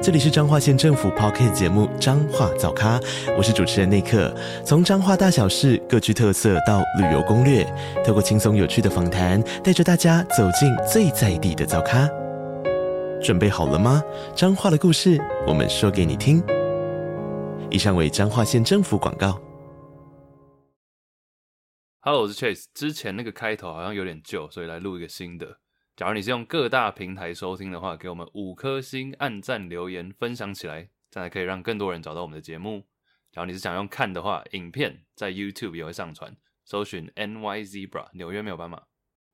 这里是彰化县政府 p o c k t 节目《彰化早咖》，我是主持人内克。从彰化大小事各具特色到旅游攻略，透过轻松有趣的访谈，带着大家走进最在地的早咖。准备好了吗？彰化的故事，我们说给你听。以上为彰化县政府广告。 Hello，我是 Chase。之前那个开头好像有点旧，所以来录一个新的。假如你是用各大平台收听的话，给我们五颗星、按赞、留言、分享起来，这样才可以让更多人找到我们的节目。假如你是想用看的话，影片在 YouTube 也会上传，搜寻 NY Zebra 纽约没有斑马。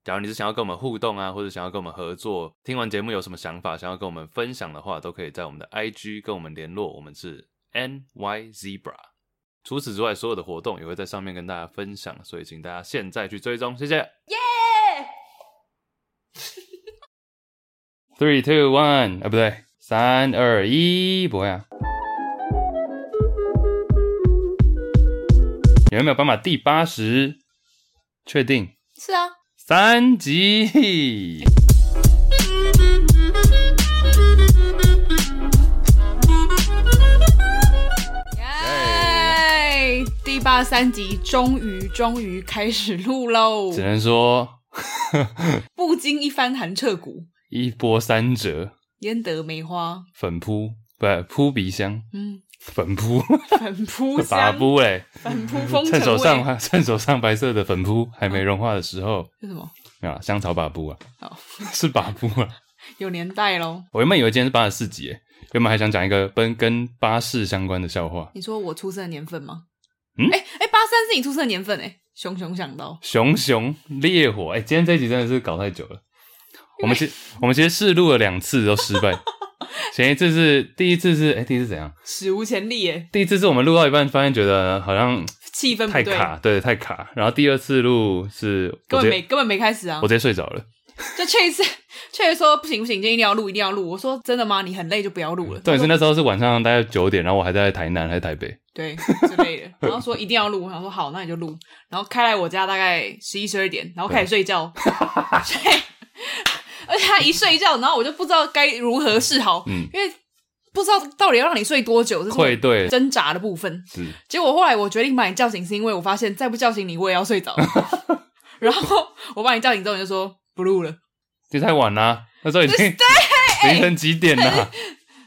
假如你是想要跟我们互动啊，或者想要跟我们合作，听完节目有什么想法，想要跟我们分享的话，都可以在我们的 IG 跟我们联络，我们是 NY Zebra。除此之外，所有的活动也会在上面跟大家分享，所以请大家现在去追踪，谢谢。Three, two, one，啊，不对，三二一，不会啊。有没有斑马第八十？确定是啊，三集。耶！第八十三集终于终于开始录喽，只能说 不经一番寒彻骨，一波三折，焉得梅花？粉扑不扑鼻香，嗯， 粉扑粉扑 拔香，扑嘞，粉扑风趁手尘味上趁手上白色的粉扑还没融化的时候，是什么？没有啦香草把布啊，哦， 是把布啊。有年代喽。我原本以为今天是八十四集耶，原本还想讲一个跟跟巴士相关的笑话。你说我出生的年份吗？嗯哎哎，八三是你出生的年份哎，熊熊想到，熊熊烈火，哎、今天这一集真的是搞太久了。我们其我们其实试录了两次都失 败，前一次是第一次是哎、第一次怎样？史无前例哎，第一次是我们录到一半发现觉得好像气氛太不对，卡，对太卡。然后第二次录是我根直本没接根本没开始啊我。直接睡着 了。就确实确实说不行不行，今天一定要录一定要录。我说真的吗？你很累就不要录了。重点是那时候是晚上大概九点，然后我还在台南还在台北，对之类的，然后说一定要录，我想说好，那你就录，然后开来我家大概十一十二点，然后开始睡觉， 睡，而且他一睡觉，然后我就不知道该如何是好，嗯因为不知道到底要让你睡多久，这是愧我对挣扎的部分。是结果后来我决定把你叫醒，是因为我发现再不叫醒你，我也要睡着。 然后我把你叫醒之后，你就说不录了，这太晚啦，那时候已经 凌哎晨几点啦？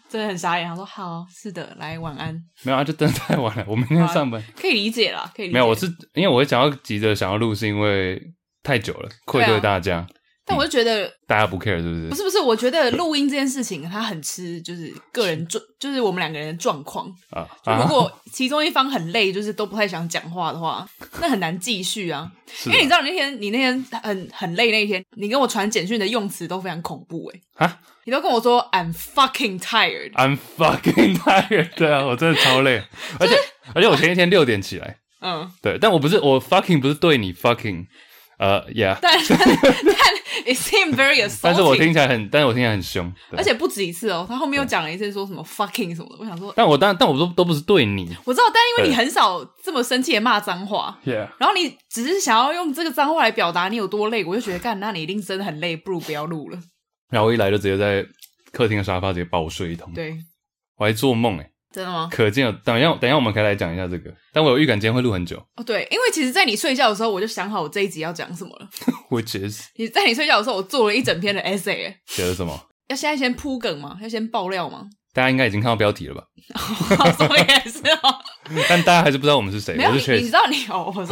真的很傻眼。他说好，是的，来晚安，没有啊，就真的太晚 了。我明天上班，可以理解啦，可以理解。没有，我是因为我会想要急着想要录，是因为太久了，愧对大家，但我就觉得大家不 care 是不是？不是不是，我觉得录音这件事情，它很吃就是个人状，就是我们两个人的状况。啊就如啊，果其中一方很累，就是都不太想讲话 的话，那很难继续啊。是因为你知道，你那天你那天很很累那一天，你跟我传简讯的用词都非常恐怖诶、啊你都跟我说 I'm fucking tired，、 ，I'm fucking tired，对啊，我真的超 累，而且而且我前一天六点起来，嗯，对，但我不是我 fucking 不是对你 fucking，呃，yeah，但但 it seemed very assaulting，但是我听起来很，但是我听起来很凶，对而且不止一次哦，他后面又讲了一次说什么 fucking 什么的，我想说但我当但我都都不是对你我知道，但因为你对很少这么生气的骂脏话， ，yeah，然后你只是想要用这个脏话来表达你有多累，我就觉得干，那你一定真的很累，不如不要 录了。然后我一来就直接在客厅的沙发直接爆睡一通，对，我还做梦哎、真的吗？可见有，等一下，等一下，我们可以来讲一下这个。但我有预感今天会录很久哦，对，因为其实，在你睡觉的时候，我就想好我这一集要讲什么了。 ，which is 你在你睡觉的时候，我做了一整篇的 essay，耶写了什么？要现在先铺梗吗？要先爆料吗？ 大家应该已经看到标题了吧？所以也是 哦，但大家还是不知道我们是谁。没有我你，是你知 Chase。道你哦，我是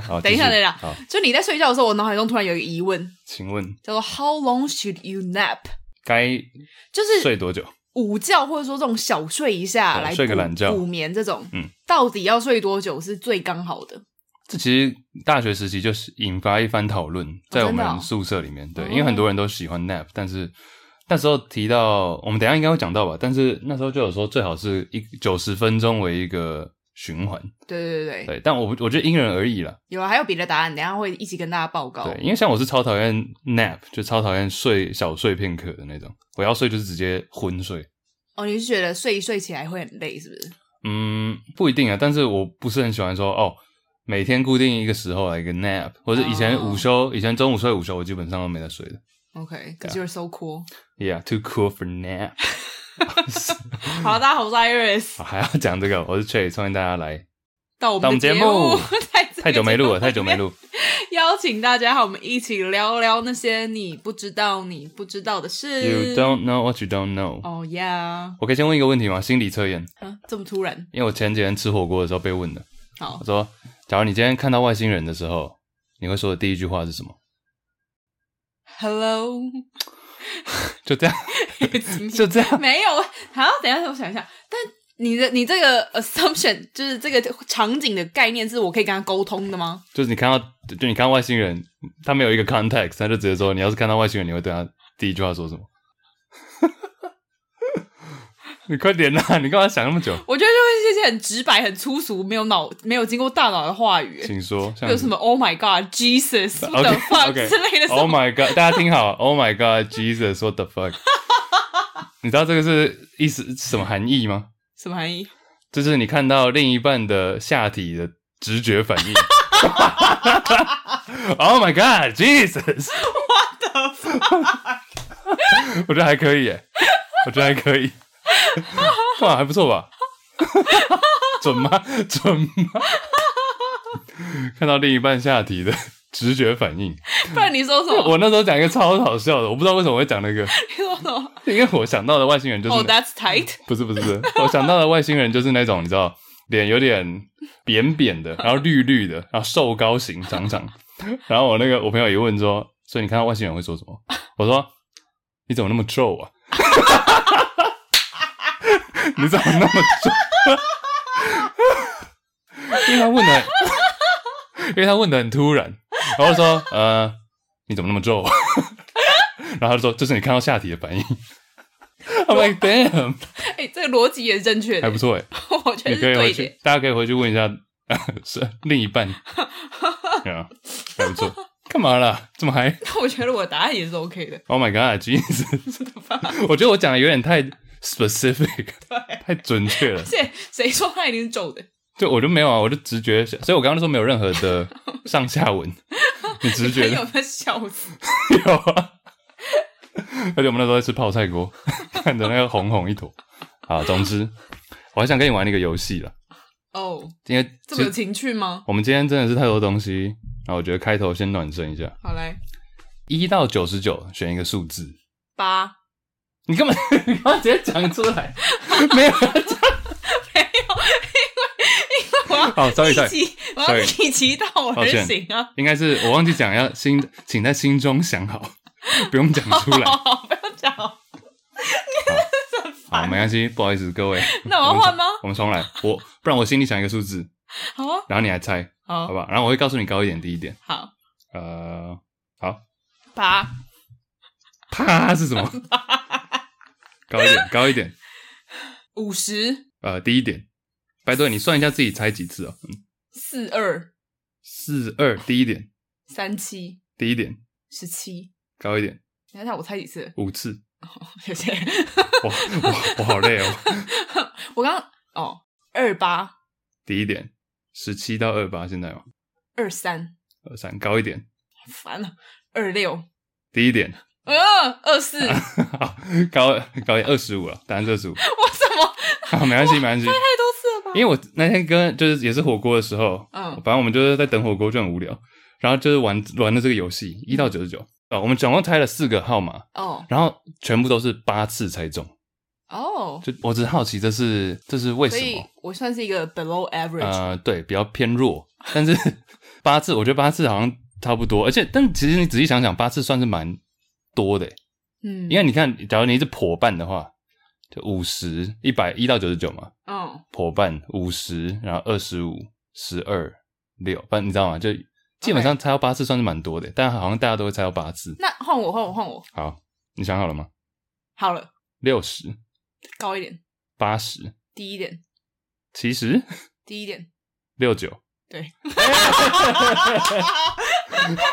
好，等一下，继等续一下，好，就你在睡觉的时候，我脑海中突然有一个疑问，请问叫做 How long should you nap？该就是睡多久？午觉或者说这种小睡一下对来哦睡个补懒觉补眠这种，嗯，到底要睡多久是最刚好的？这其实大学时期就是引发一番讨论，在我真的们哦宿舍里面，对，哦因为很多人都喜欢 nap，但是那时候提到，我们等一下应该会讲到吧，但是那时候就有说最好是一九十分钟为一个循环。对对对对，对，但我我觉得因人而异啦。有啊，还有别的答案，等一下会一起跟大家报告。对，因为像我是超讨厌 nap，就超讨厌睡小睡片刻的那种。我要睡就是直接昏睡。哦，你是觉得睡一睡起来会很累，是不是？嗯，不一定啊，但是我不是很喜欢说哦，每天固定一个时候来一个 nap，或者以前哦午休以前中午睡午休，我基本上都没在睡的。啊 OK，可是 you're so cool。 Yeah, too cool for nap 好，大家好，我是 Iris，好。还要讲这个，我是 Trey，欢迎大家来。到我们的到我们节目 目在这个太久没录了，节目太里久没面录。 邀请大家和我们一起聊聊那些你不知道、你不知道的 You 事。 don't know what you don't know。哦呀，我可以先问一个问题吗？心理测验，啊这么突然，因为我前几天吃火锅的时候被问的。好我，说，假如你今天看到外星人的时候，你会说的第一句话是什么？ Hello，就这样， 就这样。没有，好，等一下，我想一下。但你的你这个 assumption 就是这个场景的概念，是我可以跟他沟通的吗？就是你看到，就你看到外星人，他没有一个 context，他就直接说，你要是看到外星人，你会对他第一句话说什么？ 你快点呐、你干嘛想那么久？我觉得就是一些很直白、很粗俗、没有脑、没有经过大脑的话语，请说，像有什么 Oh my God、Jesus、What the fuck OK，OK 之类的什 Oh 么 my god！大家听好，Oh my god，Jesus，what the fuck？你知道这个是意思是什么含义吗？什么含义？就是你看到另一半的下体的直觉反应。oh my god，Jesus！我觉得还可以耶，我觉得还可以，哇，还不错吧？ 准吗？准吗？ 看到另一半下体的直觉反应。不然你说什 么？我那时候讲一个超好笑的，我不知道为什么我会讲那个，你说什么因为我想到的外星人就是嗯？Oh, that's tight。不是不是不是，我想到的外星人就是那种你知道脸有点扁扁的，然后绿绿的，然后瘦高型长长。然后我那个我朋友一问说，所以你看到外星人会说什么？我说你怎么那么皱啊？ 你怎么那么皱？ 因为他问的，因为他问的很突然，然后说呃你怎么那么皱、啊？ 然后他就说这是你看到下体的反应。I'm like damn。哎、这个逻辑也是正确还的不，错哎， 我觉得你是可以回对去的。，大家可以回去问一下是另一 半，啊，还不错。干嘛啦？怎么还但我觉得我的答案也是 OK 的。 ？Oh my God，Jesus！我觉得我讲的有点太 specific，太准确了而。且谁说他一定是皱的？就我就没有啊，我就直觉，所以我刚刚说没有任何的上下文，你直觉朋的友们笑死。有啊。 而且我们那时候在吃泡菜锅，看着那个红红一坨。好，总之我还想跟你玩一个游戏了，哦、因为这么有情趣吗？我们今天真的是太多东西，然后我觉得开头先暖身一下，好来，一到九十九选一个数字，八 你根本你刚直接讲出 来，没有我要哦，sorry 一 sorry，起，我要 sorry 一起到我抱而歉行啊！应该是我忘记讲，要心请在心中想好， 不用讲出来，好，不要讲了，好，没关系，不好意思各位，那我要换吗？我们重来，我不然我心里想一个数字，好啊，然后你来猜，好好吧？然后我会告诉你高一点低一点，好，呃，好，八啪是什 么？高一点，高一点，五十呃，低一点，拜托你算一下自己猜几次哦，四二四二低一点，三七低一点，十七。高一点，等一下，我猜几次？五次。谢谢。我我我好累哦。 我刚刚哦，二八低一点，十七到二八现在嘛，二三，二三高一点，烦了，二六，低一点， 呃，二四，我啊 好高高一二十五啊了，答案是二十五， 什么好没关系没关系。太多次了吧？因为我那天跟就是也是火锅的时候，嗯反正我们就是在等火锅就很无聊，然后就是玩玩的这个游戏一到九十九啊，我们总共猜了四个号码，哦然后全部都是八次猜中，哦，就我只是好奇这是这是为所什以么？我算是一个 below average。呃，对，比较偏弱，但是 八次，我觉得八次好像差不多，而且，但其实你仔细想想，八次算是蛮多的耶，嗯，因为你看，假如你是破半的话，就五十、一百一到九十九嘛，嗯，破半五十，然后二十五、十二、六，反正你知道吗？就基本上猜到八次算是蛮多的耶，但好像大家都会猜到八次。那换我，换我，换我，好，你想好了吗？好了，六十、高一点，八十、低一点，七十、第一点，六九，对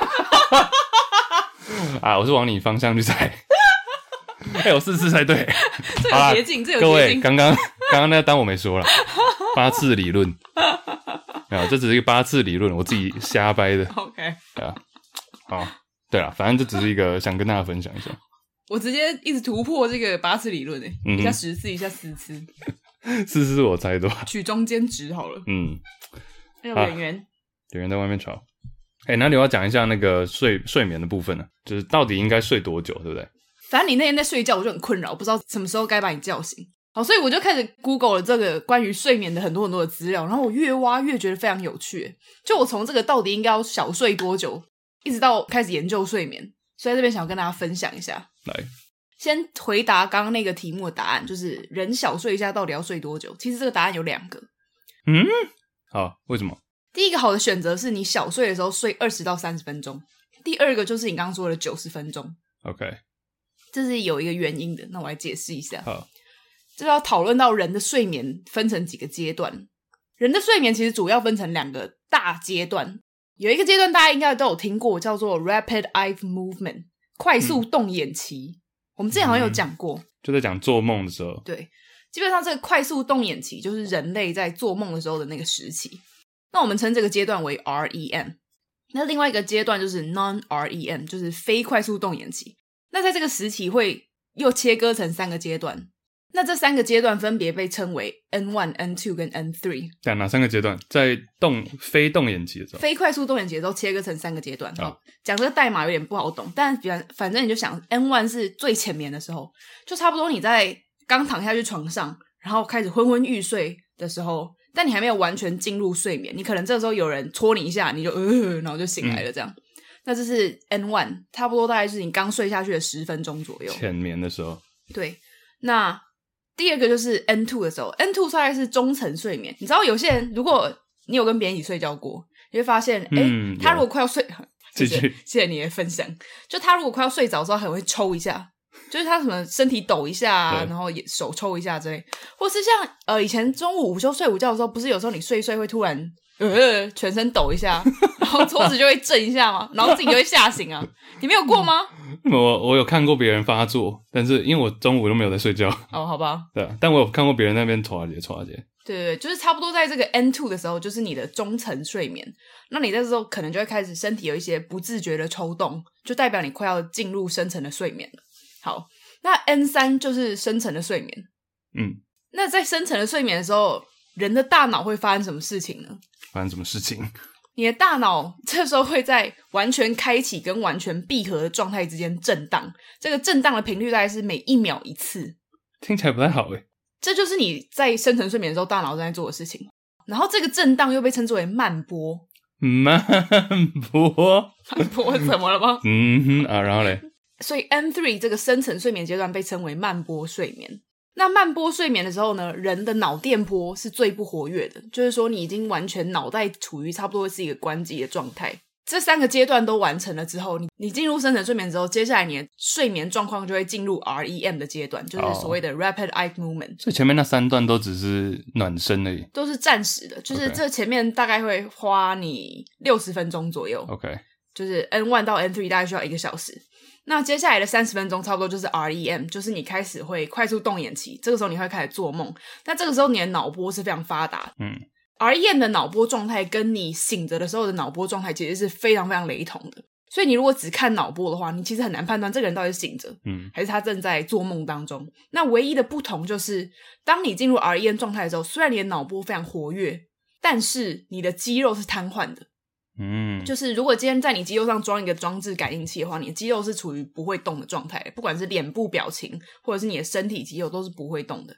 啊，我是往你方向去猜。 哎、我四次才对。这好啦有捷径，这有各捷位，径。刚刚刚刚那当我没说了，八次理论，没有，这只是一个八次理论，我自己瞎掰的 OK，啊。好，对了，反正这只是一个想跟大家分享一下。我直接一直突破这个八次理论诶、嗯一下十次，一下四次，是是我猜的吧？取中间值好了。嗯，还有啊演员，有有人在外面吵。哎、那你要讲一下那个睡睡眠的部分呢、就是到底应该睡多久，对不对？反正你那天在睡觉，我就很困扰，不知道什么时候该把你叫醒。好，所以我就开始 Google 了这个关于睡眠的很多很多的资料，然后我越挖越觉得非常有趣耶。就我从这个到底应该要小睡多久，一直到开始研究睡眠，所以在这边想要跟大家分享一下。来，先回答刚刚那个题目的答案，就是人小睡一下到底要睡多久？其实这个答案有两个。嗯，好，为什么？第一个好的选择是你小睡的时候睡二十到三十分钟，第二个就是你刚刚说的九十分钟， OK，这是有一个原因的。那我来解释一下。好，这要讨论到人的睡眠分成几个阶段。人的睡眠其实主要分成两个大阶段，有一个阶段大家应该都有听过，叫做 rapid eye movement，快速动眼期。我们之前好像有讲过，就在讲做梦的时候，对，基本上这个快速动眼期就是人类在做梦的时候的那个时期。那我们称这个阶段为 REM。那另外一个阶段就是 non REM，就是非快速动眼期。那在这个时期会又切割成三个阶段。那这三个阶段分别被称为 N one、N two 跟 N three。在哪三个阶段？在动非动眼期的时候，非快速动眼节奏切割成三个阶段。好好，讲这个代码有点不好懂，但反反正你就想，N one 是最浅眠的时候，就差不多你在刚躺下去床上，然后开始昏昏欲睡的时候，但你还没有完全进入睡眠，你可能这时候有人戳你一下，你就呃，然后就醒来了，这样。那这是 N one，差不多大概是你刚睡下去的十分钟左右。浅眠的时候，对，那第二个就是 N two 的时候，N two 大概是中层睡眠。你知道有些人，如果你有跟别人一起睡觉过，你会发现，哎、嗯他有如果快 要睡，谢继谢续谢谢你的分享。就他如果快要睡着的时候，他很会抽一下，就是他什么身体抖一下、啊，对然后也手抽一下之类，或是像呃以前中午午休睡午觉的时候，不是有时候你睡一睡会突然。呃，全身抖一下，然后桌子就会震一下嘛，然后自己就会吓醒啊。你没有过 吗？我我有看过别人发作，但是因为我中午都没有在睡觉， 哦，好吧，对啊，但我有看过别人那边戳啊姐戳啊姐，对对，对就是差不多在这个 N two 的时候，就是你的中层睡眠。那你在这时候可能就会开始身体有一些不自觉的抽动，就代表你快要进入深层的睡眠了。好，那 N 三就是深层的睡眠。嗯，那在深层的睡眠的时候，人的大脑会发生什么事情呢？发生什么事情？ 你的大脑 这时候会在完全开启跟完全闭合的状态之间震荡，这个震荡的频率大概是每一秒一次。听起来不太好欸 诶。这就是你在深层睡眠的时候大脑正在做的事情。然后这个震荡又被称之为慢波，慢波，慢 波怎么了吗？嗯哼啊，然后嘞，所以 M three 这个深层睡眠阶段被称为慢波睡眠。那慢波睡眠的时候呢，人的脑电波是最不活跃的，就是说你已经完全脑袋处于差不多是一个关机的状态。这三个阶段都完成了之后，你你进入深层睡眠之后，接下来你的睡眠状况就会进入 REM 的阶段，就是哦所谓的 rapid eye movement。所以前面那三段都只是暖身而已。都是暂时的，就是 OK 这前面大概会花你六十分钟左右 OK，就是 N one 到 N three 大概需要一个小时。那接下来的三十分钟差不多就是 REM，就是你开始会快速动眼期，这个时候你会开始做梦。那这个时候你的脑波是非常发达嗯， ，REM 的脑波状态跟你醒着的时候的脑波状态其实是非常非常雷同的。所以你如果只看脑波的话，你其实很难判断这个人到底是醒着嗯，还是他正在做梦当中。那唯一的不同就是，当你进入 REM 状态的时候，虽然你的脑波非常活跃，但是你的肌肉是瘫痪的。嗯，就是如果今天在你肌肉上装一个装置感应器的话，你的肌肉是处于不会动的状态，不管是脸部表情或者是你的身体肌肉都是不会动的。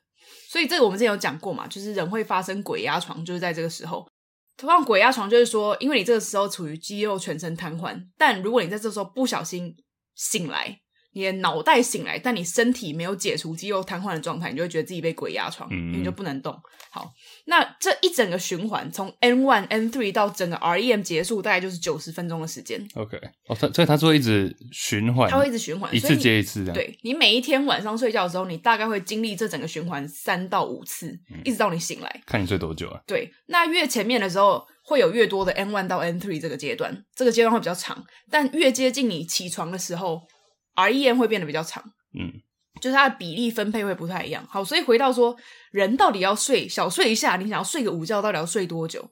所以这个我们之前有讲过嘛，就是人会发生鬼压床，就是在这个时候。通常鬼压床就是说，因为你这个时候处于肌肉全身瘫痪，但如果你在这时候不小心醒来，你的脑袋醒来，但你身体没有解除肌肉瘫痪的状态，你就会觉得自己被鬼压床，嗯因为你就不能动。好，那这一整个循环，从 N one N three 到整个 REM 结束，大概就是九十分钟的时间， OK，哦，它所以它是会一直循环，它会一直循环，一所以次你接一次这样。，对你每一天晚上睡觉的时候，你大概会经历这整个循环三到五次，嗯一直到你醒来。看你睡多久啊？对，那越前面的时候会有越多的 N one 到 N three 这个阶段，这个阶段会比较长，但越接近你起床的时候，REM 会变得比较长。嗯，就是它的比例分配会不太一样。好，所以回到说，人到底要睡小睡一下，你想要睡个午觉，到底要睡多久？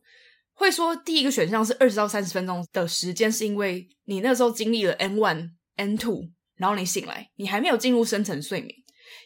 会说第一个选项是二十到三十分钟的时间，是因为你那时候经历了 N one、N two，然后你醒来，你还没有进入深层睡眠。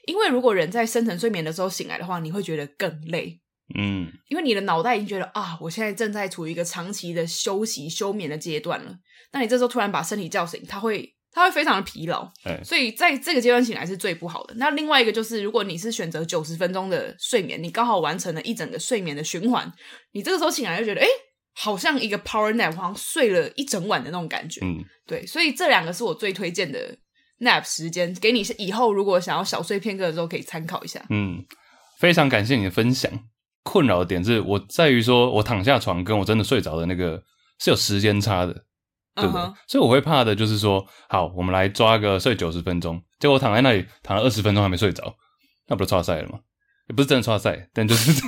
因为如果人在深层睡眠的时候醒来的话，你会觉得更累，嗯，因为你的脑袋已经觉得啊，我现在正在处于一个长期的休息休眠的阶段了。那你这时候突然把身体叫醒，它会它会非常的疲劳。哎，所以在这个阶段醒来是最不好的。那另外一个就是，如果你是选择九十分钟的睡眠，你刚好完成了一整个睡眠的循环，你这个时候醒来就觉得，哎、好像一个 power nap，好像睡了一整晚的那种感觉。嗯，对，所以这两个是我最推荐的 nap 时间，给你是以后如果想要小睡片刻的时候可以参考一下。嗯，非常感谢你的分享。困扰的点是我在于说，我躺下床跟我真的睡着的那个是有时间差的，对不嗯对哼，所以我会怕的就是说，好，我们来抓个睡九十分钟，结果我躺在那里躺了二十分钟还没睡着，那不就刷赛了吗？也不是真的刷赛，但就是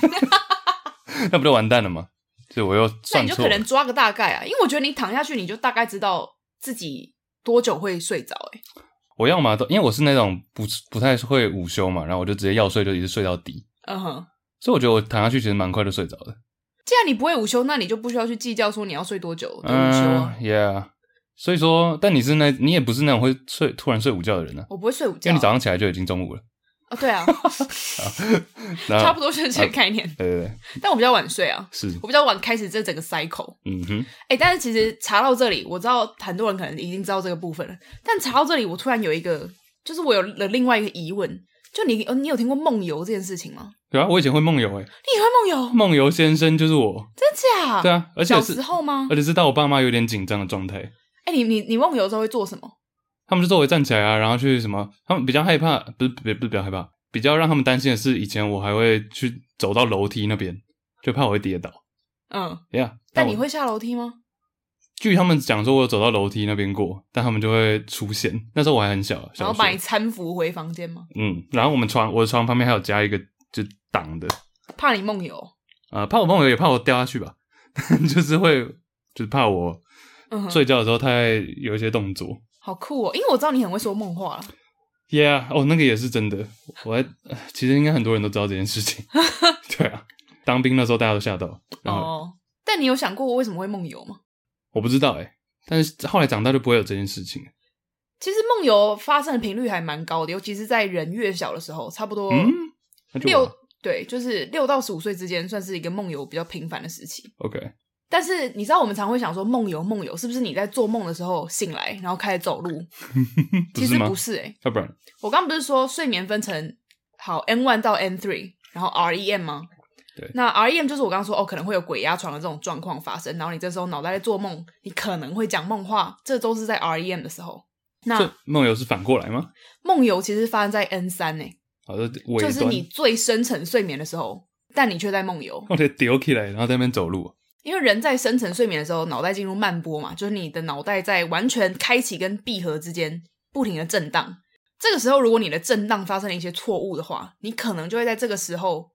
那不就完蛋了吗？所以我又那算你就错可了能。抓个大概啊，因为我觉得你躺下去，你就大概知道自己多久会睡着、欸。我要么都因为我是那种不不太会午休嘛，然后我就直接要睡就一直睡到底，嗯哼，所以我觉得我躺下去其实蛮快就睡着的。既然你不会午休，那你就不需要去计较说你要睡多久的午休啊。嗯，Yeah。所以说，但你是那，你也不是那种会睡突然睡午觉的人啊，我不会睡午觉因为啊，你早上起来就已经中午了。啊，对啊， 然后差不多就是嗯这个概念。对对对，但我比较晚睡啊，是，我比较晚开始这整个 cycle。嗯哼，哎、但是其实查到这里，我知道很多人可能已经知道这个部分了。但查到这里，我突然有一个，就是我有了另外一个疑问，就你，呃你有听过梦游这件事情吗？对啊，我以前会梦游诶，你也会梦游？梦游先生就是我，真假？嗯对啊，而且小是时，候吗而？且是到我爸妈有点紧张的状态，哎、你你你梦游的时候会做什么？他们就周围站起来啊，然后去什么，他们比较害怕，不是不是不是比较害怕，比较让他们担心的是，以前我还会去走到楼梯那边，就怕我会跌倒嗯， ，Yeah，但我你会下楼梯吗？据他们讲说，我有走到楼梯那边过，但他们就会出现。那时候我还很小，然小后把你学。搀扶回房间吗？嗯，然后我们床，我的床旁边还有加一个就挡的，怕你梦游？呃，怕我梦游也怕我掉下去吧， 就是会，就是怕我嗯哼，睡觉的时候太有一些动作。好酷哦！因为我知道你很会说梦话啦 Yeah，哦，那个也是真的。我还呃其实应该很多人都知道这件事 情。对啊，当兵那时候大家都吓到，然后哦。但你有想过我为什么会梦游吗？我不知道哎、但是后来长大就不会有这件事情。其实梦游发生的频率还蛮高的，尤其是在人越小的时候，差不多嗯，那就六、我对，就是六到十五岁之间，算是一个梦游比较频繁的时期。 OK，但是你知道，我们常会想说梦游梦游，是不是你在做梦的时候醒来，然后开始走路？不其是实吗不？是诶、欸要不然，我刚不是说睡眠分成好 N one 到 N three，然后 REM 吗？对那 REM 就是我刚刚说哦，可能会有鬼压床的这种状况发生，然后你这时候脑袋在做梦，你可能会讲梦话，这都是在 REM 的时候。那这梦游是反过来吗？梦游其实发生在 N 三呢、欸好的，尾就端，是你最深层睡眠的时候，但你却在梦游。 我得丢起来，然后在那边走路。因为人在深层睡眠的时候，脑袋进入慢波嘛，就是你的脑袋在完全开启跟闭合之间不停的震荡。这个时候，如果你的震荡发生了一些错误的话，你可能就会在这个时候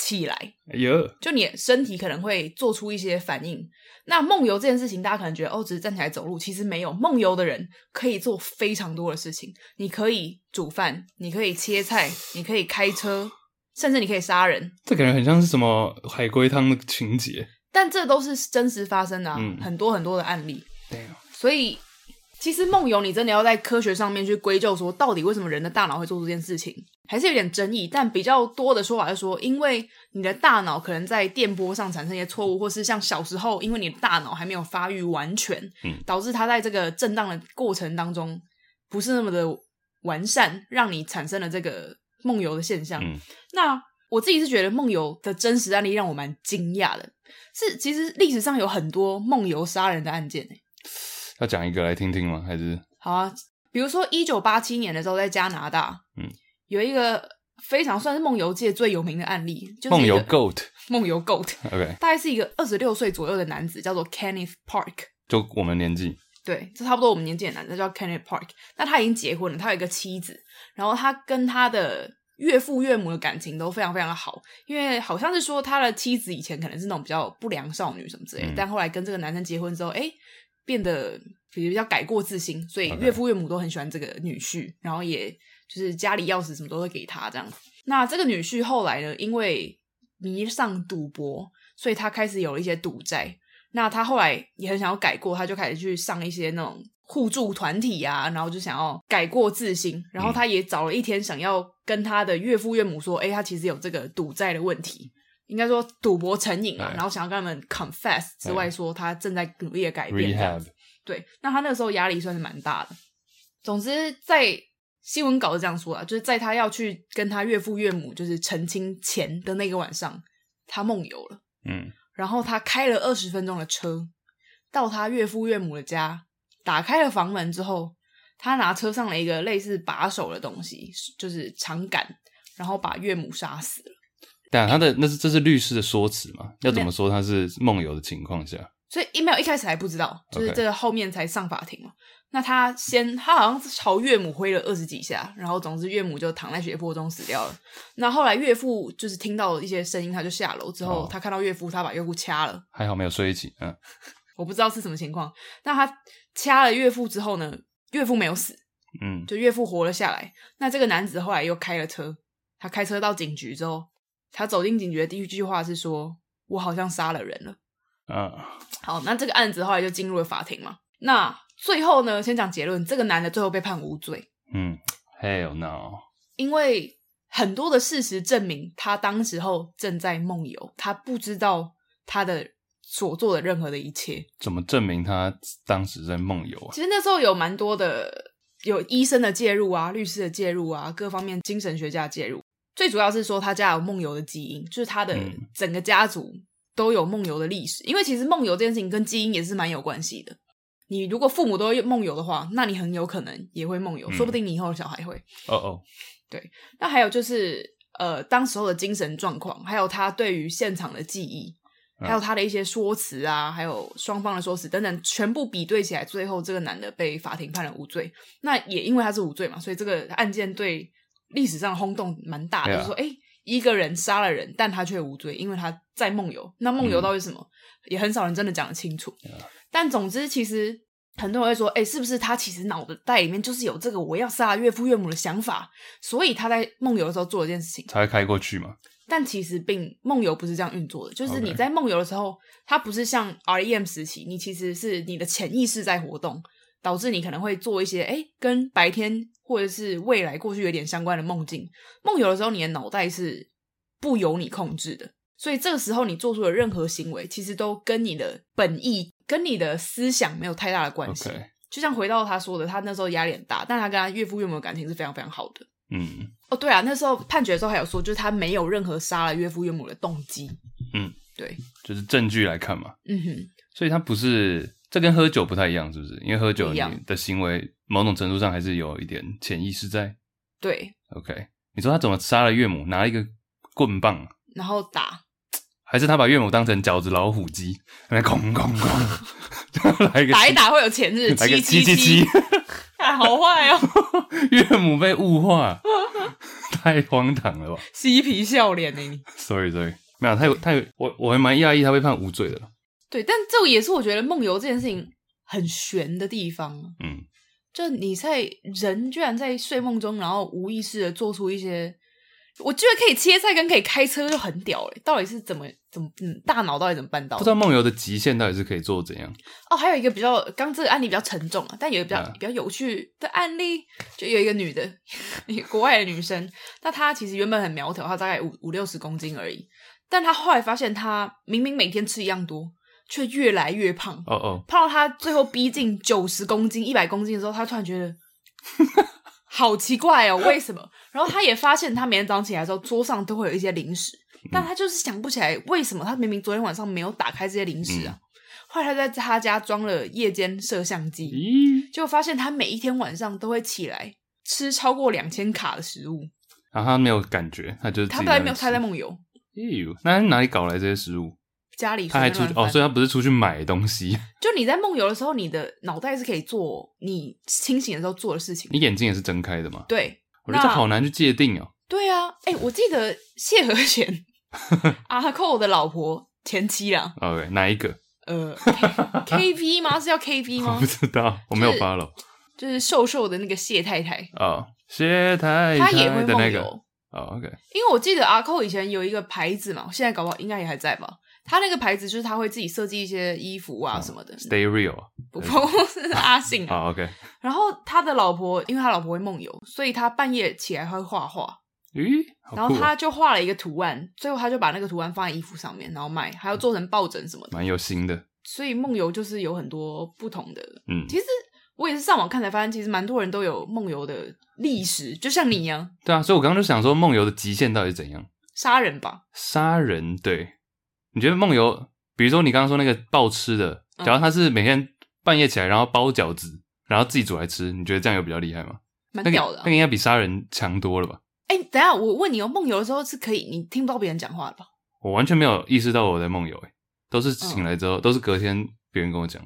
起来，哎呦，就你的身体可能会做出一些反应。那梦游这件事情，大家可能觉得哦，只是站起来走路，其实没有。梦游的人可以做非常多的事情，你可以煮饭，你可以切菜，你可以开车，甚至你可以杀人，这感觉很像是什么海龟汤的情节。但这都是真实发生的、啊嗯很多很多的案例。对，所以，其实梦游你真的要在科学上面去归咎，说到底为什么人的大脑会做出这件事情，还是有点争议。但比较多的说法是说，因为你的大脑可能在电波上产生一些错误，或是像小时候，因为你的大脑还没有发育完全，嗯导致它在这个震荡的过程当中不是那么的完善，让你产生了这个梦游的现象。嗯那我自己是觉得梦游的真实案例让我蛮惊讶的，是其实历史上有很多梦游杀人的案件、欸要讲一个来听听吗？还是好啊，比如说一九八七年的时候，在加拿大，嗯，有一个非常算是梦游界最有名的案例，就是梦游一个 Goat。梦游 Goat， OK，大概是一个二十六岁左右的男子，叫做 Kenneth Park。就我们年纪，对，这差不多我们年纪的男的叫 Kenneth Park，那他已经结婚了，他有一个妻子，然后他跟他的岳父岳母的感情都非常非常的好，因为好像是说他的妻子以前可能是那种比较不良少女什么之类的，嗯但后来跟这个男生结婚之后，哎，变得比较改过自新，所以 OK 岳父岳母都很喜欢这个女婿，然后也就是家里钥匙什么都会给他这样子。那这个女婿后来呢，因为迷上赌博，所以他开始有了一些赌债，那他后来也很想要改过，他就开始去上一些那种互助团体啊，然后就想要改过自新。然嗯后他也找了一天，想要跟他的岳父岳母说，哎、他其实有这个赌债的问题，应该说赌博成瘾啊哎。然后想要跟他们 confess 之外，说他正在努力的改变这样 rehab 子。对，那他那个时候压力算是蛮大的。总之，在新闻稿是这样说啊，就是在他要去跟他岳父岳母就是澄清前的那个晚上，他梦游了。嗯，然后他开了二十分钟的车，到他岳父岳母的家，打开了房门之后，他拿车上了一个类似把手的东西，就是长杆，然后把岳母杀死了。但哎他的那是这是律师的说辞嘛？要怎没么有说他是梦游的情况下？所以 email 一开始还不知道，就是 OK 这个后面才上法庭嘛。那他先，他好像是朝岳母挥了二十几下，然后总之岳母就躺在血泊中死掉了。那后来岳父就是听到一些声音，他就下楼之后，哦他看到岳父，他把岳父掐了。还好没有睡一起，嗯，我不知道是什么情况。那他掐了岳父之后呢，岳父没有死，嗯，就岳父活了下来。那这个男子后来又开了车，他开车到警局之后，他走进警局的第一句话是说：“我好像杀了人了。啊，”好，那这个案子后来就进入了法庭嘛。那最后呢，先讲结论，这个男的最后被判无罪，嗯，Hell no，因为很多的事实证明他当时候正在梦游，他不知道他的所做的任何的一切。怎么证明他当时在梦游啊？其实那时候有蛮多的，有医生的介入啊，律师的介入啊，各方面精神学家的介入。最主要是说他家有梦游的基因，就是他的嗯整个家族都有梦游的历史。因为其实梦游这件事情跟基因也是蛮有关系的。你如果父母都梦游的话，那你很有可能也会梦游，嗯说不定你以后的小孩会。哦哦，那还有就是呃，当时候的精神状况，还有他对于现场的记忆，嗯还有他的一些说辞啊，还有双方的说辞等等，全部比对起来，最后这个男的被法庭判了无罪。那也因为他是无罪嘛，所以这个案件对历史上轰动蛮大的，对啊就是说，哎、一个人杀了人，但他却无罪，因为他在梦游。那梦游嗯到底是什么，也很少人真的讲得清楚。但总之，其实很多人会说，哎、是不是他其实脑袋里面就是有这个我要杀岳父岳母的想法，所以他在梦游的时候做了一件事情。才会开过去嘛，但其实并梦游不是这样运作的，就是 OK 你在梦游的时候，它不是像 REM 时期，你其实是你的潜意识在活动，导致你可能会做一些哎跟白天或者是未来过去有点相关的梦境。梦游的时候，你的脑袋是不由你控制的，所以这个时候你做出的任何行为，其实都跟你的本意、跟你的思想没有太大的关系。 OK 就像回到他说的，他那时候压力很大，但他跟他岳父岳母的感情是非常非常好的。嗯哦，对啊，那时候判决的时候还有说，就是他没有任何杀了岳父岳母的动机。嗯，对，就是证据来看嘛，嗯哼，所以他不是这跟喝酒不太一样，是不是？因为喝酒不一你样的行为某种程度上还是有一点潜意识在。对， OK，你说他怎么杀了岳母？拿一个棍棒，然后打，还是他把岳母当成饺子老虎机，来空空空，就来一个打一打会有钱日， 来个七七七七，哎，好坏 哦，岳母被物化，太荒唐了吧嬉皮笑脸呢、你。 ？Sorry Sorry，没有，他有他有我我还蛮讶异他被判无罪的。对，但这也是我觉得梦游这件事情很悬的地方，啊嗯，就你在人居然在睡梦中，然后无意识的做出一些，我觉得可以切菜跟可以开车就很屌嘞、到底是怎么怎么嗯大脑到底怎么办到不知？的道梦游的极限到底是可以做怎样？哦，还有一个比较，刚这个案例比较沉重啊，但有一个比较、嗯比较有趣的案例，就有一个女的， 一个国外的女生，那她其实原本很苗条，她大概五五六十公斤而已，但她后来发现她明明每天吃一样多，却越来越胖，哦哦，胖到她最后逼近九十公斤、一百公斤的时候，她突 然觉得好奇怪哦，为什么？然后她也发现，她每天早上起来的时候，桌上都嗯会有一些零食，但她就是想不起来为什么她明明昨天晚上没有打开这些零食啊。后来他在他家装了夜间摄像机，咦结果发现他每一天晚上都会起来吃超过两千卡的食物。然后他没有感觉，他就是他自己在那边没有吃他在梦游，咦那他哪里搞来这些食物？家里他还出随去便哦，乱所翻以他不是出去买东西，就你在梦游的时候，你的脑袋是可以做你清醒的时候做的事情你。眼睛也是睁开的嘛？对我觉得这那好难去界定哦。对啊，哎、我记得谢和 弦阿寇的老婆前妻啦， OK，哪一个？ 呃 K V 吗？是叫 K V 我吗不？知道，我没有就是 follow 就是瘦瘦的那个谢太太，哦，谢太她也太会的那梦个游。哦，OK，因为我记得阿寇以前有一个牌子嘛，现在搞不好应该也还在吧。他那个牌子就是他会自己设计一些衣服哦啊什么的， Stay real 啊。不不是阿信啊。好，OK。然后他的老婆，因为他老婆会梦游，所以他半夜起来会画画，咦，好然酷哦后他就画了一个图案，最后他就把那个图案放在衣服上面，然后卖，还要做成抱枕什么的。蛮有心的，所以梦游就是有很多不同的。嗯，其实我也是上网看才发现，其实蛮多人都有梦游的历史，就像你一样，对啊，所以我刚刚就想说，梦游的极限到底是怎样？杀人吧，杀人，对？你觉得梦游，比如说你刚刚说那个暴吃的，嗯假如他是每天半夜起来然后包饺子，然后自己煮来吃，你觉得这样有比较厉害吗？那蛮个屌的啊、那个应该比杀人强多了吧？哎、等一下我问你哦，梦游的时候是可以你听不到别人讲话的吧？我完全没有意识到我在梦游，哎，都是醒来之嗯后，都是隔天别人跟我讲，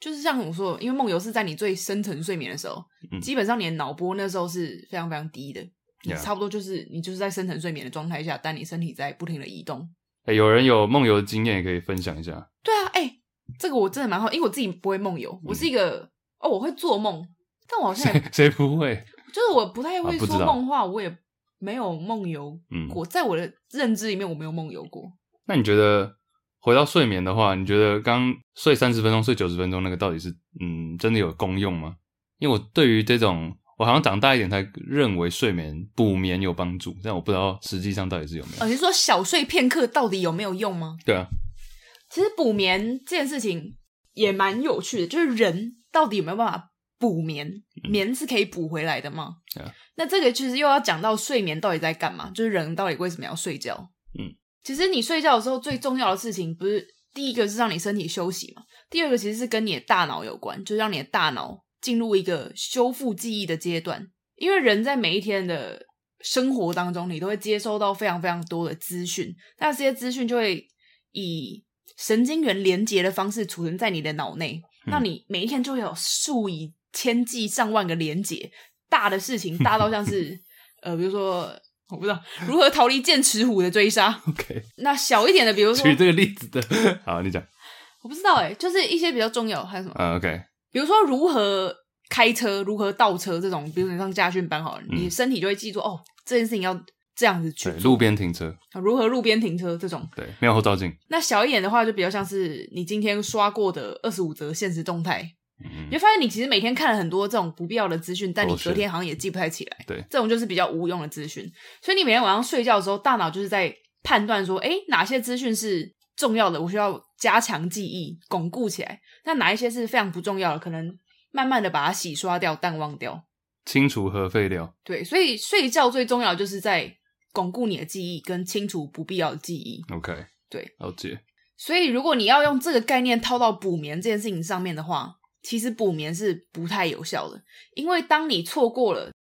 就是像我说的，因为梦游是在你最深层睡眠的时候，嗯基本上你的脑波那时候是非常非常低的，你 Yeah 差不多就是你就是在深层睡眠的状态下，但你身体在不停的移动。哎，有人有梦游的经验也可以分享一下， 对啊，哎、这个我真的蛮好，因为我自己不会梦游，我是嗯一个、哦，我会做梦，但我好像也谁谁不会？就是我不太啊会不知说道梦话，我也没有梦游嗯，过，在我的认知里面我没有梦游过。那你觉得回到睡眠的话，你觉得刚睡三十分钟、睡九十分钟那个到底是嗯真的有功用吗？因为我对于这种，我好像长大一点才认为睡眠补眠有帮助，但我不知道实际上到底是有没有。呃，你是说小睡片刻到底有没有用吗？对啊，其实补眠这件事情也蛮有趣的，就是人到底有没有办法补眠？眠是可以补回来的吗？ Yeah. 那这个其实又要讲到睡眠到底在干嘛，就是人到底为什么要睡觉？嗯，其实你睡觉的时候最重要的事情，不是第一个是让你身体休息嘛，第二个其实是跟你的大脑有关，就是让你的大脑进入一个修复记忆的阶段，因为人在每一天的生活当中，你都会接收到非常非常多的资讯，那这些资讯就会以神经元连接的方式储存在你的脑内，嗯那你每一天就会有数以千计上万个连接，大的事情大到像是呃，比如说我不知道如何逃离剑齿虎的追杀， ，OK， 那小一点的，比如说举这个例子的，好，你讲，我不知道哎、就是一些比较重要还有什么，嗯，OK，比如说如何开车、如何倒车这种，比如你上家训班好了，嗯你身体就会记住哦，这件事情要这样子去对，做路边停车，如何路边停车这种。对，没有后照镜，那小一点的话，就比较像是你今天刷过的二十五则现实动态，嗯你会发现你其实每天看了很多这种不必要的资讯，但你隔天好像也记不太起来。对这种就是比较无用的资讯，所以你每天晚上睡觉的时候，大脑就是在判断说，哎，哪些资讯是重要的，我需要加强记忆、巩固起来；那哪一些是非常不重要的，可能慢慢的把它洗刷掉、淡忘掉。清除核废料，对，所以睡觉最重要的就是在巩固你的记忆跟清除不必要的记忆。 ，OK，对，了解，所以，如果你要用这个概念套到补眠这件事情上面的话，其实补眠是不太有效的，因为当你错过了，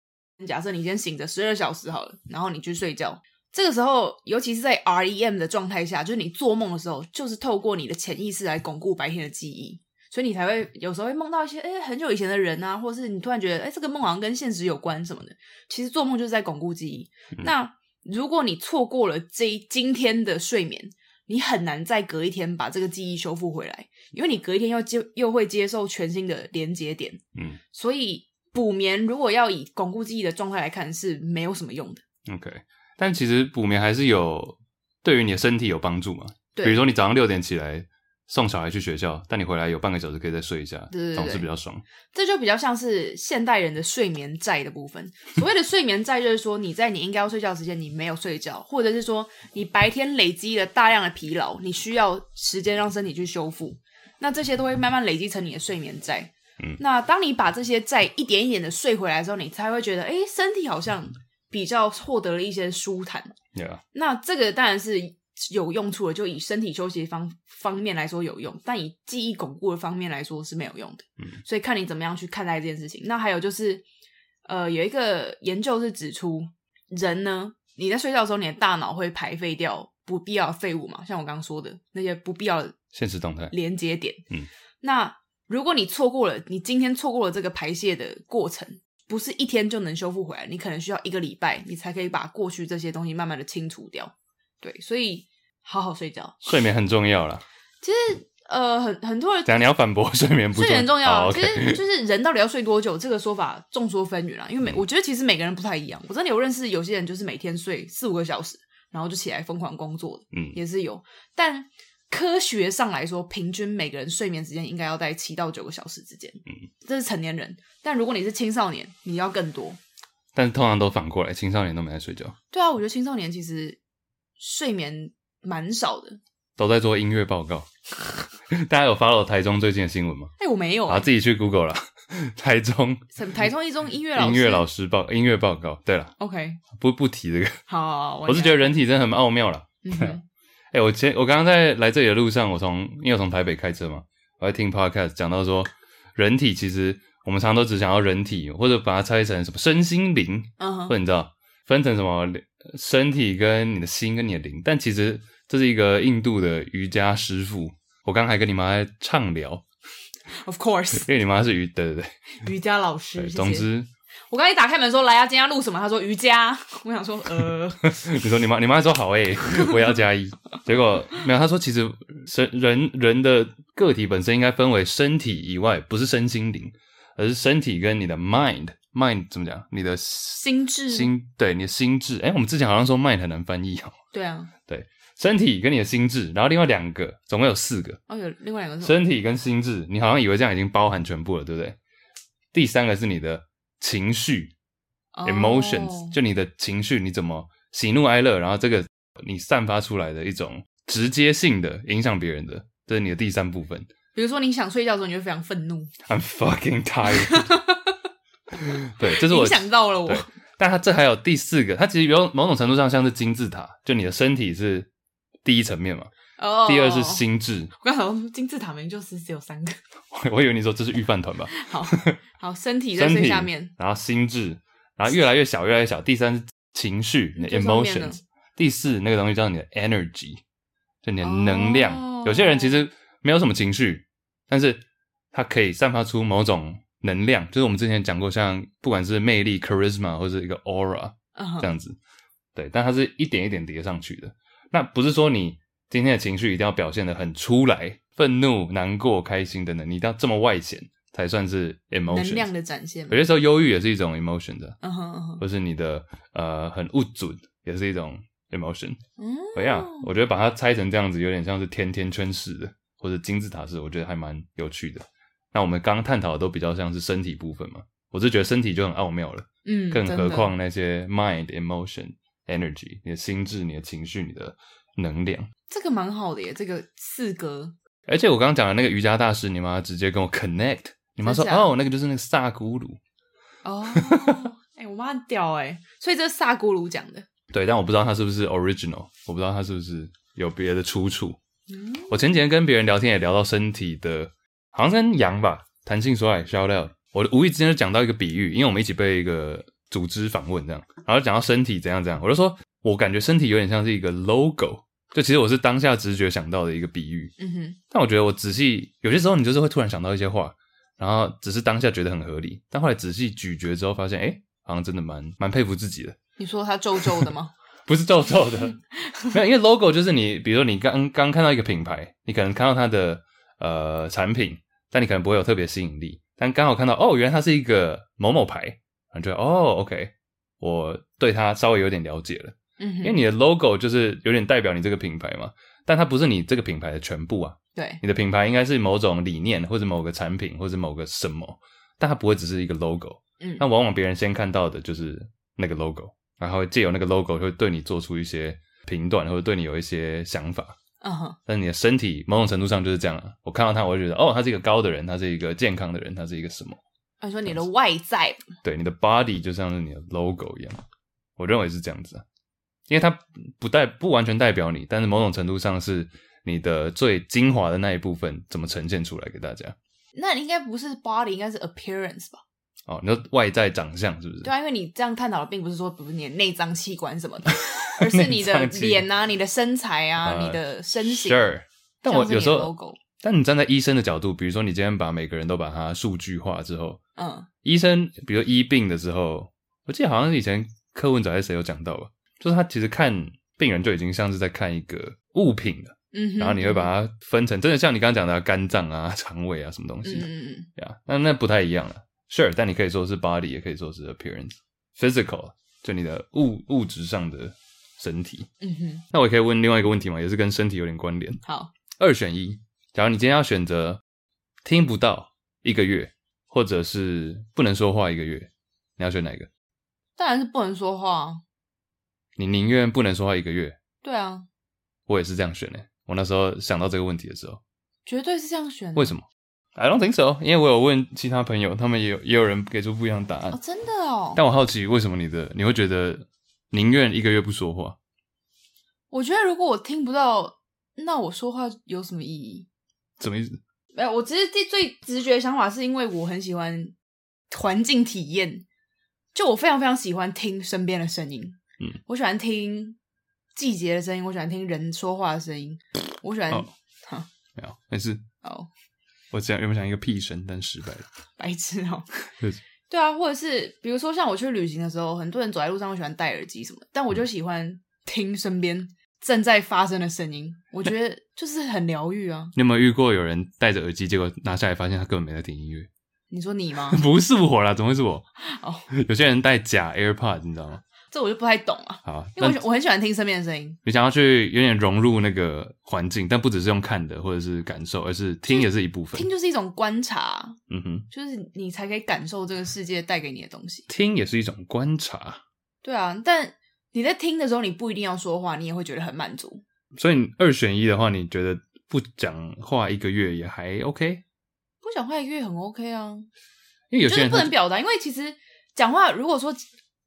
假设你今天醒着十二小时好了，然后你去睡觉，这个时候，尤其是在 REM 的状态下，就是你做梦的时候，就是透过你的潜意识来巩固白天的记忆，所以你才会有时候会梦到一些哎、诶很久以前的人啊，或是你突然觉得哎、诶这个梦好像跟现实有关什么的。其实做梦就是在巩固记忆。嗯那如果你错过了这一今天的睡眠，你很难再隔一天把这个记忆修复回来，因为你隔一天又接又会接受全新的连接点，嗯所以补眠如果要以巩固记忆的状态来看是没有什么用的。 ，OK，但其实补眠还是有对于你的身体有帮助嘛，对，比如说你早上六点起来送小孩去学校，但你回来有半个小时可以再睡一下，对对对总是比较爽。这就比较像是现代人的睡眠债的部分。所谓的睡眠债，就是说你在你应该要睡觉的时间你没有睡觉，或者是说你白天累积了大量的疲劳，你需要时间让身体去修复。那这些都会慢慢累积成你的睡眠债。嗯那当你把这些债一点一点的睡回来之后，你才会觉得，哎，身体好像比较获得了一些舒坦。对啊，那这个当然是有用处的，就以身体休息方方面来说有用，但以记忆巩固的方面来说是没有用的。嗯所以看你怎么样去看待这件事情。那还有就是，呃，有一个研究是指出，人呢，你在睡觉的时候，你的大脑会排废掉不必要的废物嘛，像我刚刚说的那些不必要的现实动态，连接点。嗯，那如果你错过了，你今天错过了这个排泄的过程，不是一天就能修复回来，你可能需要一个礼拜，你才可以把过去这些东西慢慢的清除掉。对，所以好好睡觉。睡眠很重要啦。其实，呃，很 很多人怎样？你要反驳 睡眠不睡眠重要好啊，其实，OK。就是人到底要睡多久，这个说法众说纷纭啦。嗯因为每我觉得其实每个人不太一样，我真的有认识有些人就是每天睡四五个小时，然后就起来疯狂工作的，嗯，也是有。但科学上来说，平均每个人睡眠时间应该要在七到九个小时之间，嗯，这是成年人。但如果你是青少年，你要更多。但是通常都反过来，青少年都没在睡觉，对啊，我觉得青少年其实睡眠蛮少的。都在做音乐报告。 大家有 follow 台中最近的新闻吗？哎、我没有、啊，啊，自己去 Google 了。 台中什么台中一中音乐老师，音乐老师报音乐报告，对了， ，OK，不不提这个，好好，好我是觉得，人体真的很奥妙啦。嗯 哼，哎、我前我刚刚在来这里的路上，我从因为我从台北开车嘛，我在听 podcast 讲到说，人体其实我们常常都只想要人体，或者把它拆成什么身心灵，嗯或者哼，你知道分成什么呃身体跟你的心跟你的灵，但其实这是一个印度的瑜伽师傅。我刚刚还跟你妈在畅聊， ，Of course。因为你妈是瑜，对对对， 瑜伽老对师。谢谢总，之我刚一打开门说来呀、啊今天要录什么？他说瑜伽。 我想说， 呃，你说你妈，你妈说好哎、 我也要加一。结果没有，她说其实身人人的个体本身应该分为身体以外，不是身心灵，而是身体跟你的 mind mind 怎么讲？你的心心智，心对你的心智。哎、我们之前好像说 mind 很难翻译哦，对啊，身体跟你的心智，然后另外两个总共有四个，哦，有另外两个是什么？身体跟心智，你好像以为这样已经包含全部了，对不对？第三个是你的情绪，哦 emotions，就你的情绪，你怎么喜怒哀乐，然后这个你散发出来的一种直接性的影响别人的，这是你的第三部分。比如说你想睡觉的时候，你就非常愤怒， I'm fucking tired 。对，这是我影响到了我对。但它这还有第四个，它其实有某种程度上像是金字塔，就你的身体是第一层面嘛，哦，第二是。心智。 我刚才说金字塔明明就是只有三个，我以为你说这是预饭团吧， 好好，身体在身最体下面，，然后心智，然后越来越小，越来越小。第三是情绪，你的最上面呢 emotions。第四那个东西叫你的 energy，就你的能量。哦有些人其实没有什么情绪，但是他可以散发出某种能量，就是我们之前讲过，像不管是魅力 charisma 或者一个 aura 嗯哼这样子，对，但它是一点一点叠上去的。那不是说你今天的情绪一定要表现的很出来，愤怒、难过、开心等等，你一定要这么外显才算是 emotion 能量的展现嘛有。些时候忧郁也是一种 emotion 的，嗯哼嗯哼，或是你的呃很物准也是一种 emotion。嗯，怎样？我觉得把它拆成这样子，有点像是甜甜圈式的，或者金字塔式，我觉得还蛮有趣的。那我们刚刚探讨的都比较像是身体部分嘛，我是觉得身体就很奥妙了，嗯，更真何的况那些 mind、emotion、energy，你的心智、你的情绪、你的能量。这个蛮好的耶，这个四格，而且我刚刚讲的那个瑜伽大师，你妈直接跟我 connect，你妈说真假哦，那个就是那个萨古鲁， 哦，哎、我妈很屌哎，所以这是萨古鲁讲的，对，但我不知道他是不是 original，我不知道他是不是有别的出处。嗯，我前几天跟别人聊天也聊到身体的，好像跟羊吧，弹性说爱 shout out，我无意之间就讲到一个比喻，因为我们一起被一个组织访问这样，然后讲到身体怎样怎样，我就说我感觉身体有点像是一个 logo，就其实我是当下直觉想到的一个比喻，嗯哼，但我觉得我仔细有些时候你就是会突然想到一些话，然后只是当下觉得很合理，但后来仔细咀嚼之后发现，哎、好像真的蛮蛮佩服自己的。你说他皱皱的吗？不是皱皱的，没有，因为 logo 就是你，比如说你刚刚看到一个品牌，你可能看到它的呃产品，但你可能不会有特别吸引力，但刚好看到哦，原来它是一个某某牌，然后就哦，OK，我对它稍微有点了解了，嗯 哼，因为你的 logo 就是有点代表你这个品牌嘛，但它不是你这个品牌的全部啊，对，你的品牌应该是某种理念或者某个产品或者某个什么，但它不会只是一个 logo，嗯那，往往别人先看到的就是那个 logo，然后借由那个 logo 会对你做出一些评断，或者对你有一些想法。嗯哼，但你的身体某种程度上就是这样啊。我看到他，我就觉得，哦，他是一个高的人，他是一个健康的人，他是一个什么？你说你的外在对，你的 body 就像是你的 logo 一样，我认为是这样子啊。因为它不代不完全代表你，但是某种程度上是你的最精华的那一部分怎么呈现出来给大家。那应该不是 body，应该是 appearance 吧？哦，你说外在长相是不是？对啊，因为你这样探讨的并不是说，比如你的内脏器官什么的，而是你的脸啊、你的身材啊、啊你的身形。 Sure，但我像是有时你的候 logo，但你站在医生的角度，比如说你今天把每个人都把它数据化之后，嗯，医生比如医病的时候，我记得好像是以前柯文哲还是谁有讲到吧，就是他其实看病人就已经像是在看一个物品了，嗯哼，然后你会把它分成真的像你刚刚讲的肝脏啊、肠胃啊什么东嗯西的，嗯嗯，对啊，那那不太一样了。Sure，但你可以说是 body，也可以说是 appearance，physical，就你的物物质上的身体。嗯哼，那我也可以问另外一个问题嘛，也是跟身体有点关联。好，二选一，假如你今天要选择听不到一个月，或者是不能说话一个月，你要选哪一个？当然是不能说话。你宁愿不能说话一个月？对啊，我也是这样选的、我那时候想到这个问题的时候，绝对是这样选的。为什么？I don't think so，因为我有问其他朋友，他们也有也有人给出不一样的答案。哦，真的哦。但我好奇，为什么你的你会觉得宁愿一个月不说话？我觉得如果我听不到，那我说话有什么意义？怎么意思？没有，我只是最最直觉的想法是因为我很喜欢环境体验，就我非常非常喜欢听身边的声音。嗯，我喜欢听季节的声音，我喜欢听人说话的声音，我喜欢哦哦没有，但是哦，我想原本想一个屁声，但失败了。白痴 哦。对不起对啊，或者是比如说像我去旅行的时候，很多人走在路上会喜欢戴耳机什么，但我就嗯喜欢听身边正在发生的声音，我觉得就是很疗愈啊。你有没有遇过有人戴着耳机，结果拿下来发现他根本没在听音乐？你说你吗？ 不是我啦，怎么会是我？哦，有些人戴假 AirPods，你知道吗？这我就不太懂啊，好，因那为我喜我很喜欢听身边的声音。你想要去有点融入那个环境，但不只是用看的或者是感受，而是听也是一部分听。就是一种观察，嗯哼，就是你才可以感受这个世界带给你的东西。听也是一种观察。对啊，但你在听的时候，你不一定要说话，你也会觉得很满足。所以你二选一的话，你觉得不讲话一个月也还 OK？不讲话一个月很 OK 啊，因为有些就是人不他能表达，因为其实讲话，如果说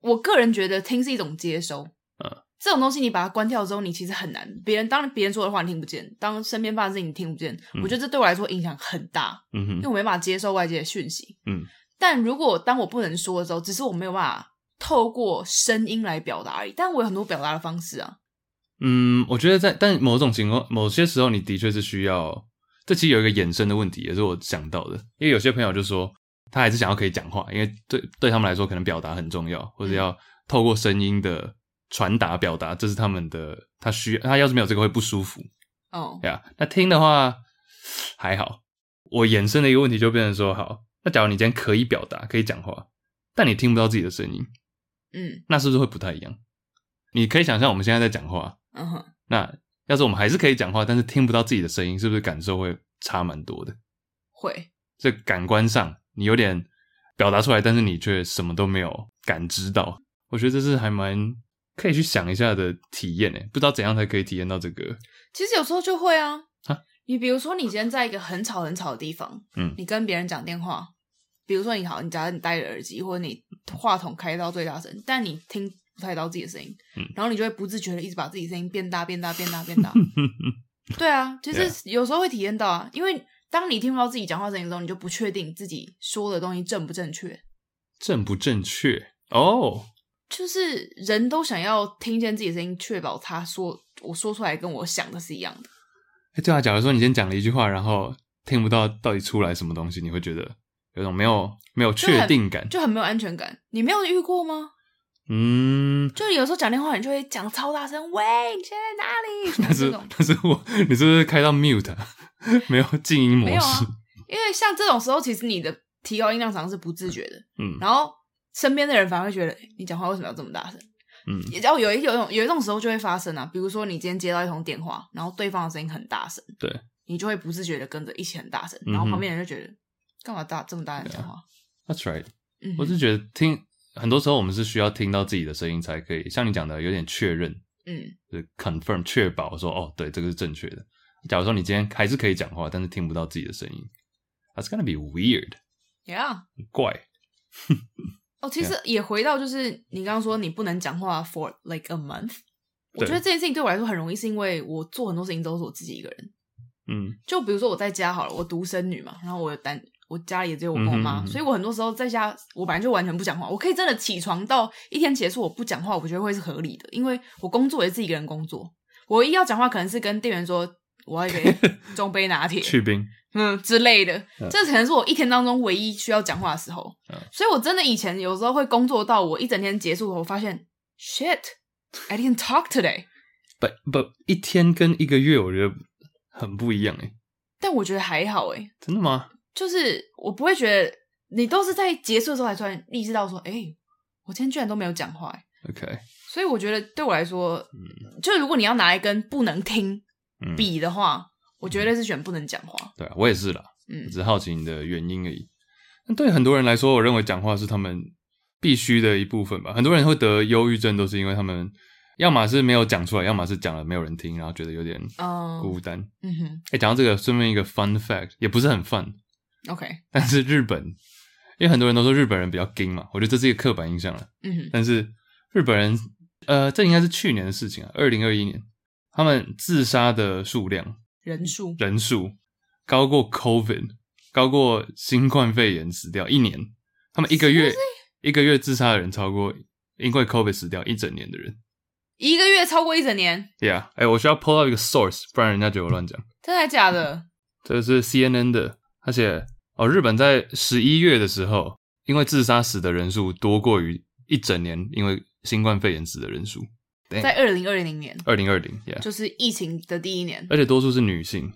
我个人觉得听是一种接收，嗯，这种东西你把它关掉之后，你其实很难，别人当别人说的话你听不见，当身边发生的事情你听不见，嗯我觉得这对我来说影响很大。嗯因为哼，我没办法接受外界的讯息。嗯，但如果当我不能说的时候，只是我没有办法透过声音来表达而已。但我有很多表达的方式啊，嗯，我觉得在但某种情况，某些时候你的确是需要。这其实有一个衍生的问题，也是我想到的，因为有些朋友就说他还是想要可以讲话，因为对对他们来说，可能表达很重要，或者要透过声音的传达表达，这是他们的他需他要是没有这个会不舒服。哦，对啊，那听的话还好。我衍生的一个问题就变成说，好，那假如你今天可以表达、可以讲话，但你听不到自己的声音，嗯那是不是会不太一样？你可以想象我们现在在讲话，嗯哼，那要是我们还是可以讲话，但是听不到自己的声音，是不是感受会差蛮多的？会，这感官上，你有点表达出来，但是你却什么都没有感知到。我觉得这是还蛮可以去想一下的体验欸诶，不知道怎样才可以体验到这个。其实有时候就会啊。啊你比如说，你今天在一个很吵很吵的地方，嗯你跟别人讲电话，比如说你好，你假如你戴着耳机或者你话筒开到最大声，但你听不太到自己的声音，嗯然后你就会不自觉的一直把自己声音变大、变大、变大、变 大，对啊，其实有时候会体验到啊，因为当你听不到自己讲话声音的时候，你就不确定自己说的东西正不正确。正不正确哦？就是人都想要听见自己的声音，确保他说我说出来跟我想的是一样的。欸对啊，假如说你今天讲了一句话，然后听不到到底出来什么东西，你会觉得有种没有没有确定感。就很没有安全感。你没有遇过吗？嗯，就有时候讲电话，你就会讲超大声，喂，你现在在哪 里？但这是种，但是我，你是不是开到 mute，啊 没有静音模没有啊式？嗯因为像这种时候，其实你的提高音量常常是不自觉的，嗯然后身边的人反而会觉得欸你讲话为什么要这么大声？嗯也然后有一有一种有一种时候就会发生啊，比如说你今天接到一通电话，然后对方的声音很大声，对，你就会不自觉的跟着一起很大声，嗯哼然后旁边人就觉得干嘛大这么大声讲话？ ，That's right。嗯我哼，是觉得听很多时候我们是需要听到自己的声音才可以，像你讲的有点确认，嗯，就是 confirm 确保说哦，对，这个是正确的。假如说你今天还是可以讲话，但是听不到自己的声音，That's gonna be weird， yeah。怪。哦，其实也回到就是你刚刚说你不能讲话 for like a month，我觉得这件事情对我来说很容易，是因为我做很多事情都是我自己一个人。嗯就比如说我在家好了，我独生女嘛，然后我单，我家里也只有我跟我嗯妈，哼嗯哼所以我很多时候在家，我本来就完全不讲话。我可以真的起床到一天结束我不讲话，我觉得会是合理的，因为我工作也是自己一个人工作。我唯一要讲话，可能是跟店员说我要一 杯中杯拿铁，去冰，嗯之类的嗯，这可能是我一天当中唯一需要讲话的时候嗯。所以我真的以前有时候会工作到我一整天结束，我发现 shit。I didn't talk today，不不，一天跟一个月我觉得很不一样哎，但我觉得还好诶、欸真的吗？就是我不会觉得你都是在结束的时候才突然意识到说，哎、我今天居然都没有讲话、诶 OK，所以我觉得对我来说，就如果你要拿来跟不能听嗯，比的话，我绝对是选不能讲话。对啊，我也是啦，嗯我只是好奇你的原因而已。那对很多人来说，我认为讲话是他们必须的一部分吧。很多人会得忧郁症，都是因为他们要么是没有讲出来，要么是讲了没有人听，然后觉得有点嗯孤单。嗯哼哎、讲到这个，顺便一个 fun fact，也不是很 fun， ，OK，但是日本，因为很多人都说日本人比较硬嘛，我觉得这是一个刻板印象了。嗯哼，但是日本人，呃，这应该是去年的事情啊，二零二一年，他们自杀的数量人数人数高过 COVID，高过新冠肺炎死掉一年，他们一个月一个月自杀的人超过因为 COVID 死掉一整年的人。一个月超过一整年， Yeah，哎、我需要 pull 到一个 source，不然人家觉得我乱讲。真的假的？这是 CNN 的，而且哦，日本在十一月的时候，因为自杀死的人数多过于一整年因为新冠肺炎死的人数。在二零二零年，二零二零，Yeah，就是疫情的第一年。而且多数是女性。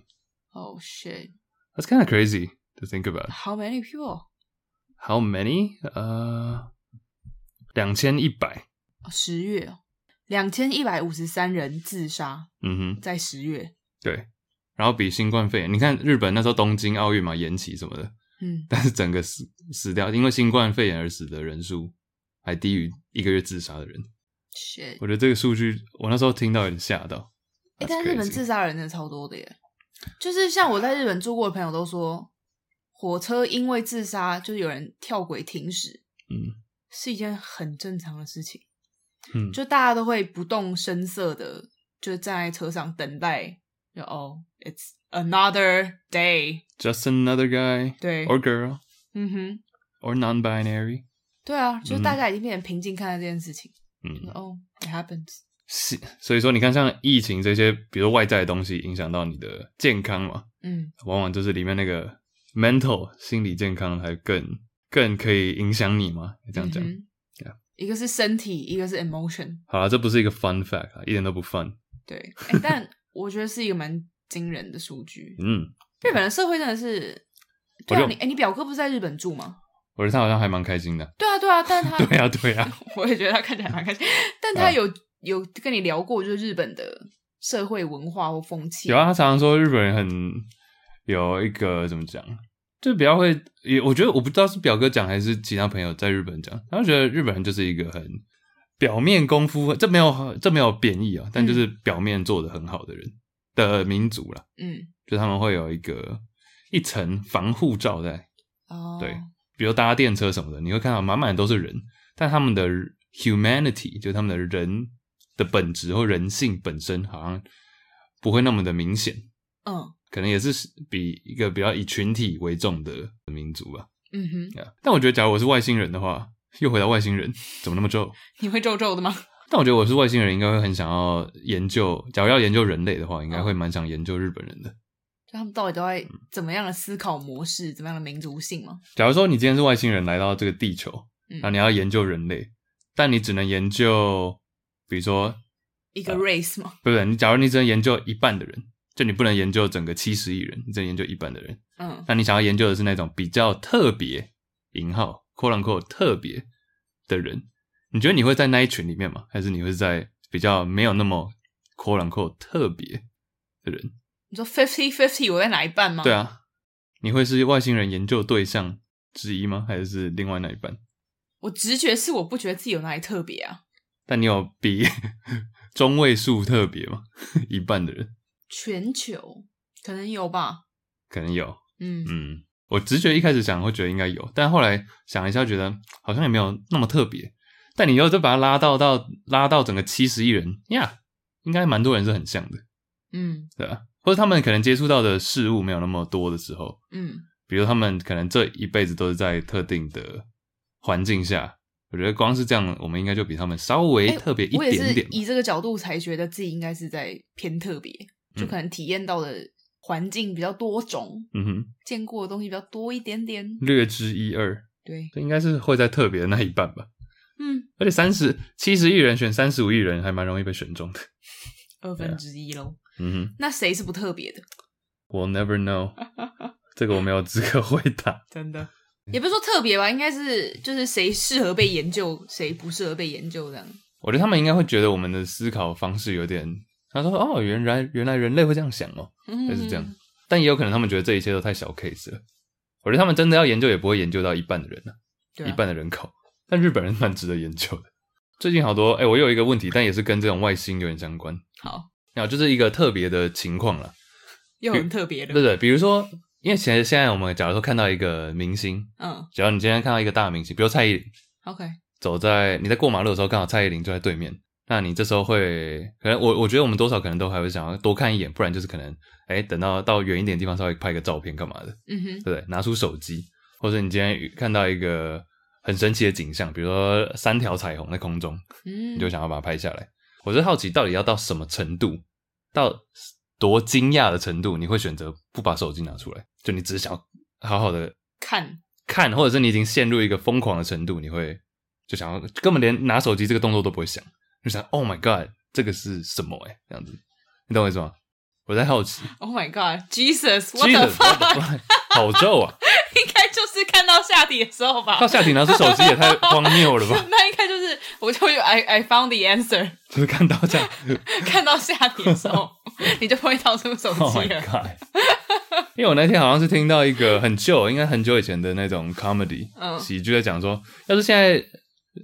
Oh shit! That's kind of crazy to think about. How many people? How many? 呃，两千一百。哦十月哦，两千一百五十三人自杀嗯哼，在十月。对。然后比新冠肺炎，你看日本那时候东京奥运嘛延期什么的，嗯，但是整个死死掉因为新冠肺炎而死的人数还低于一个月自杀的人。 shit！我觉得这个数据，我那时候听到有点吓到。哎、 That's 但日本 crazy 自杀人真的超多的耶，就是像我在日本住过的朋友都说，火车因为自杀就是有人跳轨停驶，嗯是一件很正常的事情，嗯，就大家都会不动声色的，就站在车上等待，就哦，it's another day， just another guy 对， or girl 嗯哼， or non-binary。对啊，就是嗯大家已经变得平静看待这件事情，就嗯，哦，it happens，是，所以说你看，像疫情这些，比如外在的东西影响到你的健康嘛，嗯，往往就是里面那个 mental 心理健康还更更可以影响你嘛，这样讲。嗯哼 Yeah 一个是身体，一个是 emotion。好了，这不是一个 fun fact 啊，一点都不 fun。对，欸、 但我觉得是一个蛮惊人的数据。嗯，日本的社会真的是，我对啊，就你哎、欸你表哥不是在日本住吗？我觉得他好像还蛮开心 的。对啊，对啊，但他， 对啊，对啊，我也觉得他看起来蛮开心，但啊他有、有跟你聊过，就是日本的社会文化或风气。有啊，，他常常说日本人很有一个怎么讲，就比较会，也我觉得我不知道是表哥讲还是其他朋友在日本讲，他们觉得日本人就是一个很表面功夫，这没有这没有贬义啊，但就是表面做的很好的人、的民族啦，嗯，就他们会有一个一层防护罩在，哦，对比如搭电车什么的，你会看到满满都是人，但他们的 humanity 就是他们的人的本质或人性本身好像不会那么的明显。嗯可能也是比一个比较以群体为重的民族吧。嗯哼， Yeah. 但我觉得，假如我是外星人的话，又回到外星人，怎么那么皱？你会皱皱的吗？ 但我觉得我是外星人，应该会很想要研究。假如要研究人类的话，应该会蛮想研究日本人的。就他们到底都嗯在怎么样的思考模式，怎么样的民族性吗？假如说你今天是外星人来到这个地球，嗯然啊后你要研究人类，但你只能研究，比如说，一啊个 race 吗？不是你，假如你只能研究一半的人，就你不能研究整个七十亿人，你只能研究一半的人。嗯，那你想要研究的是那种比较特别（引号 q u o t unquote） 特别的人，你觉得你会在那一群里面吗？还是你会在比较没有那么 q u o t unquote 特别的人？你说 fifty fifty，我在哪一半吗？对，啊，你会是外星人研究对象之一吗？还是另外那一半？我直觉是我不觉得自己有哪里特别啊。但你有比 中位数特别吗？ 一半的人全球可能有吧，可能有，嗯，嗯，我直觉一开始想会觉得应该有，但后来想一下，觉得好像也没有那么特别。但你又再把它拉到到拉到整个七十亿人呀应该蛮多人是很像的，嗯对吧、或者他们可能接触到的事物没有那么多的时候，嗯比如他们可能这一辈子都是在特定的环境下，我觉得光是这样，我们应该就比他们稍微哎特别一我也是点点吧。以这个角度才觉得自己应该是在偏特别，就嗯可能体验到的环境比较多种，嗯哼，见过的东西比较多一点点。略知一二，对，这应该是会在特别的那一半吧。嗯，而且三十七十亿人选三十五亿人，还蛮容易被选中的。二对分啊之一喽。嗯哼那谁是不特别的？ ，We'll never know，这个我没有资格回答。真的，嗯也不是说特别吧，应该是就是谁适合被研究，谁不适合被研究这样。 我觉得他们应该会觉得我们的思考方式有点，他说哦，原来原来人类会这样想哦，嗯，类似这样。但也有可能他们觉得这一切都太小 case 了。我觉得他们真的要研究，也不会研究到一半的人、啊对啊一半的人口。但日本人蛮值得研究的。最近好多，哎、我有一个问题，但也是跟这种外星有点相关。好，然后就是一个特别的情况了，又很特别对的不，对？比如说，因为现在现在我们假如说看到一个明星，嗯假如你今天看到一个大明星，比如蔡依林， ，OK，走在你在过马路的时候，刚好蔡依林就在对面，那你这时候会可能我我觉得我们多少可能都还会想要多看一眼，不然就是可能哎、等到到远一点的地方稍微拍个照片干嘛的，嗯哼，对不对？拿出手机，或者你今天看到一个很神奇的景象，比如说三条彩虹在空中，嗯，你就想要把它拍下来。我是好奇，到底要到什么程度，到多惊讶的程度，你会选择不把手机拿出来？就你只想要好好的看，看，或者是你已经陷入一个疯狂的程度，你会就想要根本连拿手机这个动作都不会想，就想 Oh my God，这个是什么、欸？哎，这样子，你懂我意思吗？我在好奇 Oh my God，Jesus，what the ，Jesus，what the fuck？ fuck？好皱啊！ 应该就是看到下体的时候吧到。下体拿出手机也太荒谬了吧？ 那应该就是我就有 I I found the answer， 就是看到这样看到下体的时 候，你就不会掏出手，Oh 机 my 了。 God！因为我那天好像是听到一个很旧，应该很久以前的那种 comedy 嗯喜剧，在讲说，要是现在，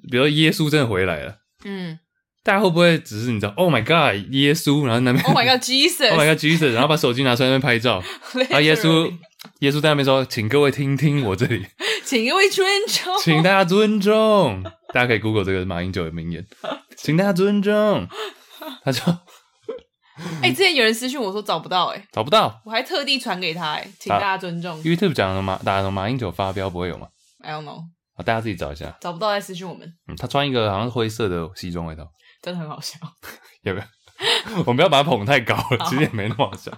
比如说耶稣真的回来了，嗯大家会不会只是你知道，Oh my God，耶稣，然后那边，Oh my Oh my God，Jesus， god Jesus，然后把手机拿出来那边拍 照，然后耶稣耶稣在那边说：“请各位听听我这里， 请各位尊重。请大家尊重。”大家可以 Google 这个马英九的名言， 请大家尊重。他说哎、之前有人私讯我说找不到、哎，找不到我还特地传给他、哎，请啊大家尊重。 YouTube 讲的马打的马英九发飙不会有吗？ I don't know，啊，大家自己找一下。找不到再私讯我们，嗯，他穿一个好像是灰色的西装外套，真的很好笑。 有没 有？我们不要把他捧太高了，其实也没那么好笑。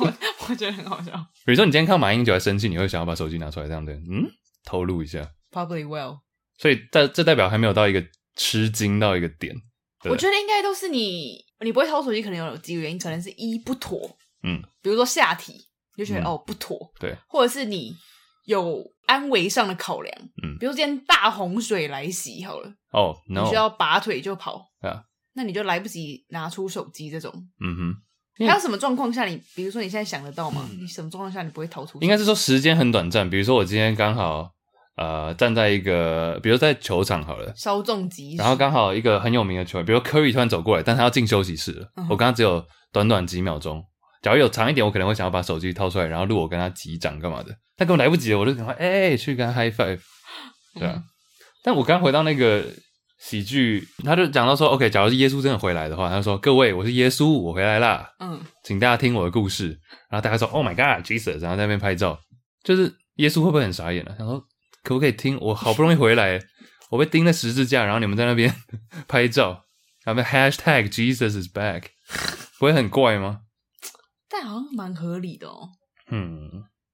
我我觉得很好笑。比如说你今天看马英九还生气，你会想要把手机拿出来这样的，嗯，透露一下。 Probably well，所以这这代表还没有到一个吃惊到一个点。对我觉得应该都是你，你不会掏手机，可能有几个原因，可能是一不妥，嗯，比如说下体，你就觉得、嗯哦不妥，对，或者是你有安危上的考量，嗯比如说今天大洪水来袭好了，哦、no，你需要拔腿就跑，啊，那你就来不及拿出手机这种。嗯哼，嗯还有什么状况下你，比如说你现在想得到吗？你什么状况下你不会逃出手机？应该是说时间很短暂。比如说我今天刚好呃站在一个，比如在球场好了，稍纵即逝。然后刚好一个很有名的球员，比如 Curry 突然走过来，但他要进休息室了，嗯哼我刚刚只有短短几秒钟。假如有长一点，我可能会想要把手机掏出来，然后录我跟他击掌干嘛的，但根本来不及了，我就赶快哎、去跟他 high five，对嗯啊。但我刚回到那个喜剧，他就讲到说，OK，假如是耶稣真的回来的话，他就说各位，我是耶稣，我回来啦，嗯，请大家听我的故事。然后大家说 “Oh my God, Jesus”，然后在那边拍照，就是耶稣会不会很傻眼呢、啊？想说可不可以听我好不容易回来，我被钉在十字架，然后你们在那边 拍照，然后 hashtag Jesus is back，不会很怪吗？但好像蛮合理的哦。嗯，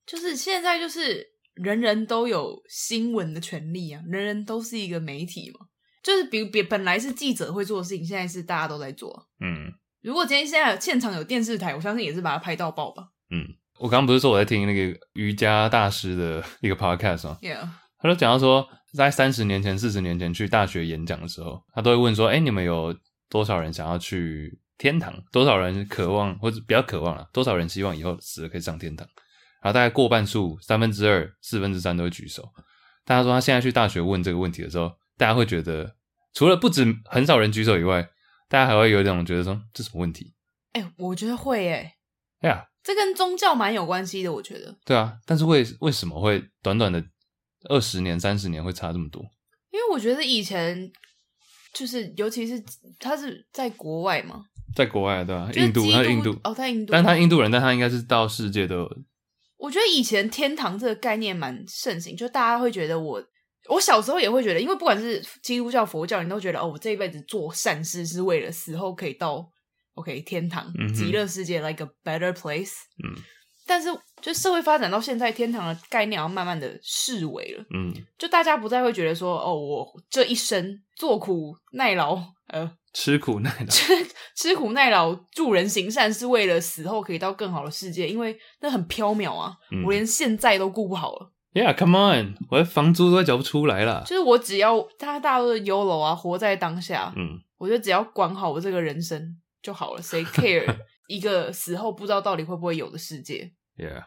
就是现在就是人人都有新闻的权利啊，人人都是一个媒体嘛。就是比比本来是记者会做的事情，现在是大家都在做。嗯，如果今天现在有现场有电视台，我相信也是把它拍到爆吧。我刚刚不是说我在听那个瑜伽大师的一个 podcast 吗？ Yeah，他就讲到说，在三十年前、四十年前去大学演讲的时候，他都会问说：“哎、你们有多少人想要去天堂？多少人渴望，或者比较渴望啊了？多少人希望以后死了可以上天堂？”然后大概过半数，三分之二、四分之三都会举手。大家说他现在去大学问这个问题的时候，大家会觉得，除了不止很少人举手以外，大家还会有一种觉得说这什么问题？哎、我觉得会哎、哎呀，这跟宗教蛮有关系的。我觉得，对啊，但是为为什么会短短的二十年、三十年会差这么多？因为我觉得以前就是尤其是他是在国外嘛，在国外啊对吧、就是印度，基他是印度，哦，在印度，但他印度人，但他应该是到世界都有。我觉得以前天堂这个概念蛮盛行，就大家会觉得我，我小时候也会觉得，因为不管是基督教、佛教，你都觉得哦，我这一辈子做善事是为了死后可以到 OK 天堂、嗯哼极乐世界，like a better place。嗯但是，就社会发展到现在，天堂的概念好像慢慢的式微了，嗯，就大家不再会觉得说，哦，我这一生做苦耐劳，呃，吃苦耐劳。吃吃苦耐劳、助人行善是为了死后可以到更好的世界，因为那很缥缈啊，嗯我连现在都顾不好了。 Yeah，come on，我的房租都快缴不出来了。就是我只要大大家都是 YOLO 啊，活在当下，嗯，我就只要管好我这个人生就好 了，谁 care 一个死后不知道到底会不会有的世界？ Yeah，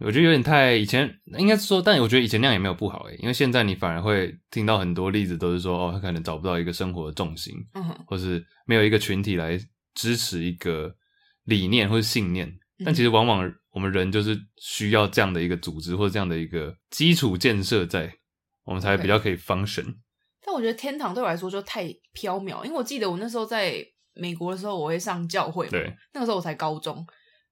我觉得有点太以前，应该是说，但我觉得以前那样也没有不好欸诶，因为现在你反而会听到很多例子，都是说哦，他可能找不到一个生活的重心，嗯哼，或是没有一个群体来支持一个理念或是信念。但嗯其实往往我们人就是需要这样的一个组织或者这样的一个基础建设在，我们才 OK 比较可以 function。但我觉得天堂对我来说就太缥缈，因为我记得我那时候在美国的时候，我会上教会嘛，对，那个时候我才高中，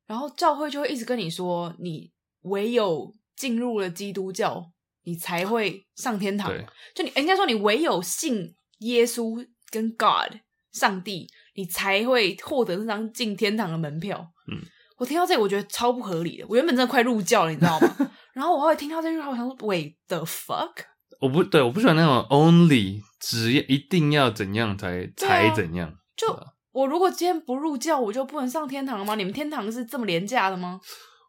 然后教会就会一直跟你说，你唯有进入了基督教，你才会上天堂。对就你应该说，你唯有信耶稣跟 God 上帝，你才会获得那张进天堂的门票。嗯，我听到这里，我觉得超不合理的。我原本真的快入教了，你知 道吗？然后我后来听到这句话，我想说，Wait the fuck？我不对，我不喜欢那种 only 只要一定要怎样才、对才啊怎样。就我如果今天不入教，我就不能上天堂了吗？你们天堂是这么廉价的吗？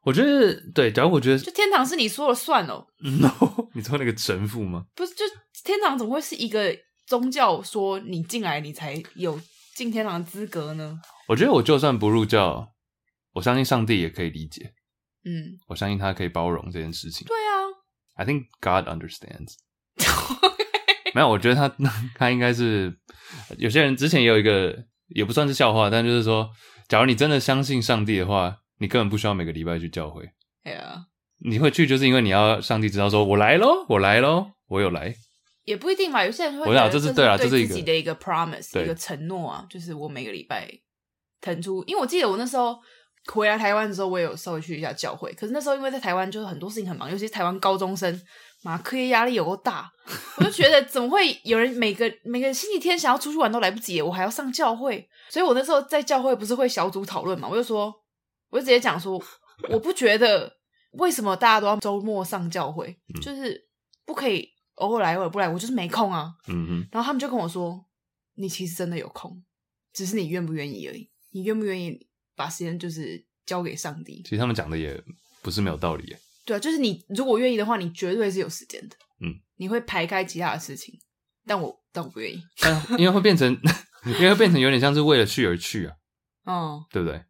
我觉得对，假如我觉得就天堂是你说了算哦， no，你 说那个神父吗？不是，就天堂怎么会是一个宗教说你进来你才有进天堂的资格呢？我觉得我就算不入教，我相信上帝也可以理解，嗯，我相信他可以包容这件事情。对啊， I think God understands 没有，我觉得他 他应该是有些人之前也有一个也不算是笑话，但就是说，假如你真的相信上帝的话，你根本不需要每个礼拜去教会，哎呀，你会去就是因为你要上帝知道说，我来喽，我来喽，我有来。也不一定吧。有些人会我知道觉得这是对对啊这是一自己个的一个 promise，对一个承诺啊，就是我每个礼拜腾出，因为我记得我那时候。回来台湾的时候，我也有稍微去一下教会。可是那时候因为在台湾，就是很多事情很忙，尤其是台湾高中生，妈课业压力有够大，我就觉得怎么会有人每个每个星期天想要出去玩都来不及，我还要上教会。所以我那时候在教会不是会小组讨论嘛，我就说，我就直接讲说，我不觉得为什么大家都要周末上教会，就是不可以偶尔来，偶尔不来，我就是没空啊。嗯哼，然后他们就跟我说，你其实真的有空，只是你愿不愿意而已，你愿不愿意把时间就是交给上帝其？实他们讲的也不是没有道理耶。对啊，就是你如果愿意的话，你绝对是有时间的，嗯，你会排开其他的事情，但我但我不愿意，但因为会变成， 因为会变成有点像是为了去而去啊，嗯。对不对？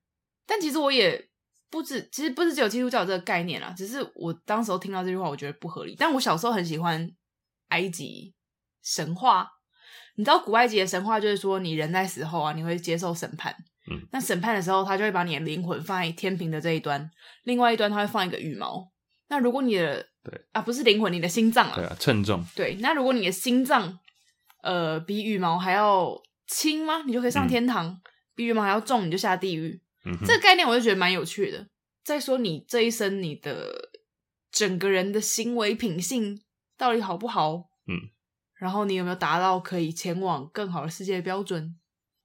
但其实我也不止，其实不是只有基督教有这个概念啦，只是我当时候听到这句话，我觉得不合理。但我小时候很喜欢埃及神话，你知道古埃及的神话就是说，你人在死后啊，你会接受审判。嗯，那审判的时候，他就会把你的灵魂放在天平的这一端，另外一端他会放一个羽毛。那如果你的对啊，不是灵魂，你的心脏啊对，啊，称重。对，那如果你的心脏呃比羽毛还要轻吗？你就可以嗯上天堂；比羽毛还要重，你就下地狱。嗯哼这，个概念我就觉得蛮有趣的。再说你这一生，你的整个人的行为品性到底好不好？嗯，然后你有没有达到可以前往更好的世界的标准？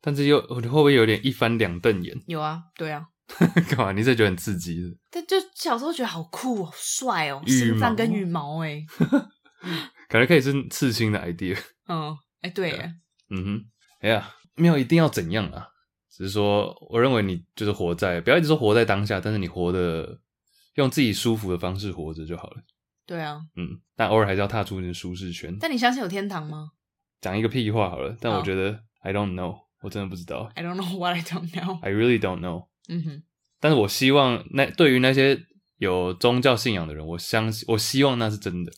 但是又会不会有点一翻两瞪眼？ 有啊，对啊。干嘛？你这觉得很刺激是不是但就小时候觉得好酷、哦、好帅哦，羽心脏跟毛羽毛哎、感觉可以是刺青的 idea。嗯，哎、对耶，嗯哼，哎呀，没有一定要怎样啊，只是说，我认为你就是活在，不要一直说活在当下，但是你活的用自己舒服的方式活着就好了。对啊。嗯，但偶尔还是要踏出你的舒适圈。但你相信有天堂吗讲一个屁话好了，但好我觉得、I don't know，我真的不知道？I don't know what I don't know。 ，I really don't know。嗯哼，但是我希望那对于那些有宗教信仰的人，我相信，我希望那是真的。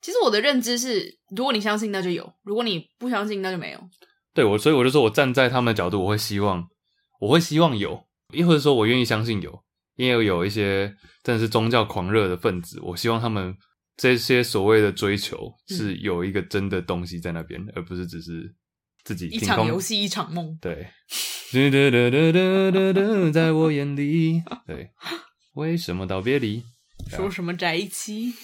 其实我的认知是，如果你相信，那就有；如果你不相信，那就没有。对我，所以我就说我站在他们的角度，我会希望，我会希望有，亦或者说我愿意相信有，因为有一些真的是宗教狂热的分子，我希望他们嗯这些所谓的追求是有一个真的东西在那边，而不是只是自己一凭场空游戏一场梦，对，嘟嘟嘟嘟嘟嘟嘟，在我眼里，对，为什么道别离？啊说什么宅妻，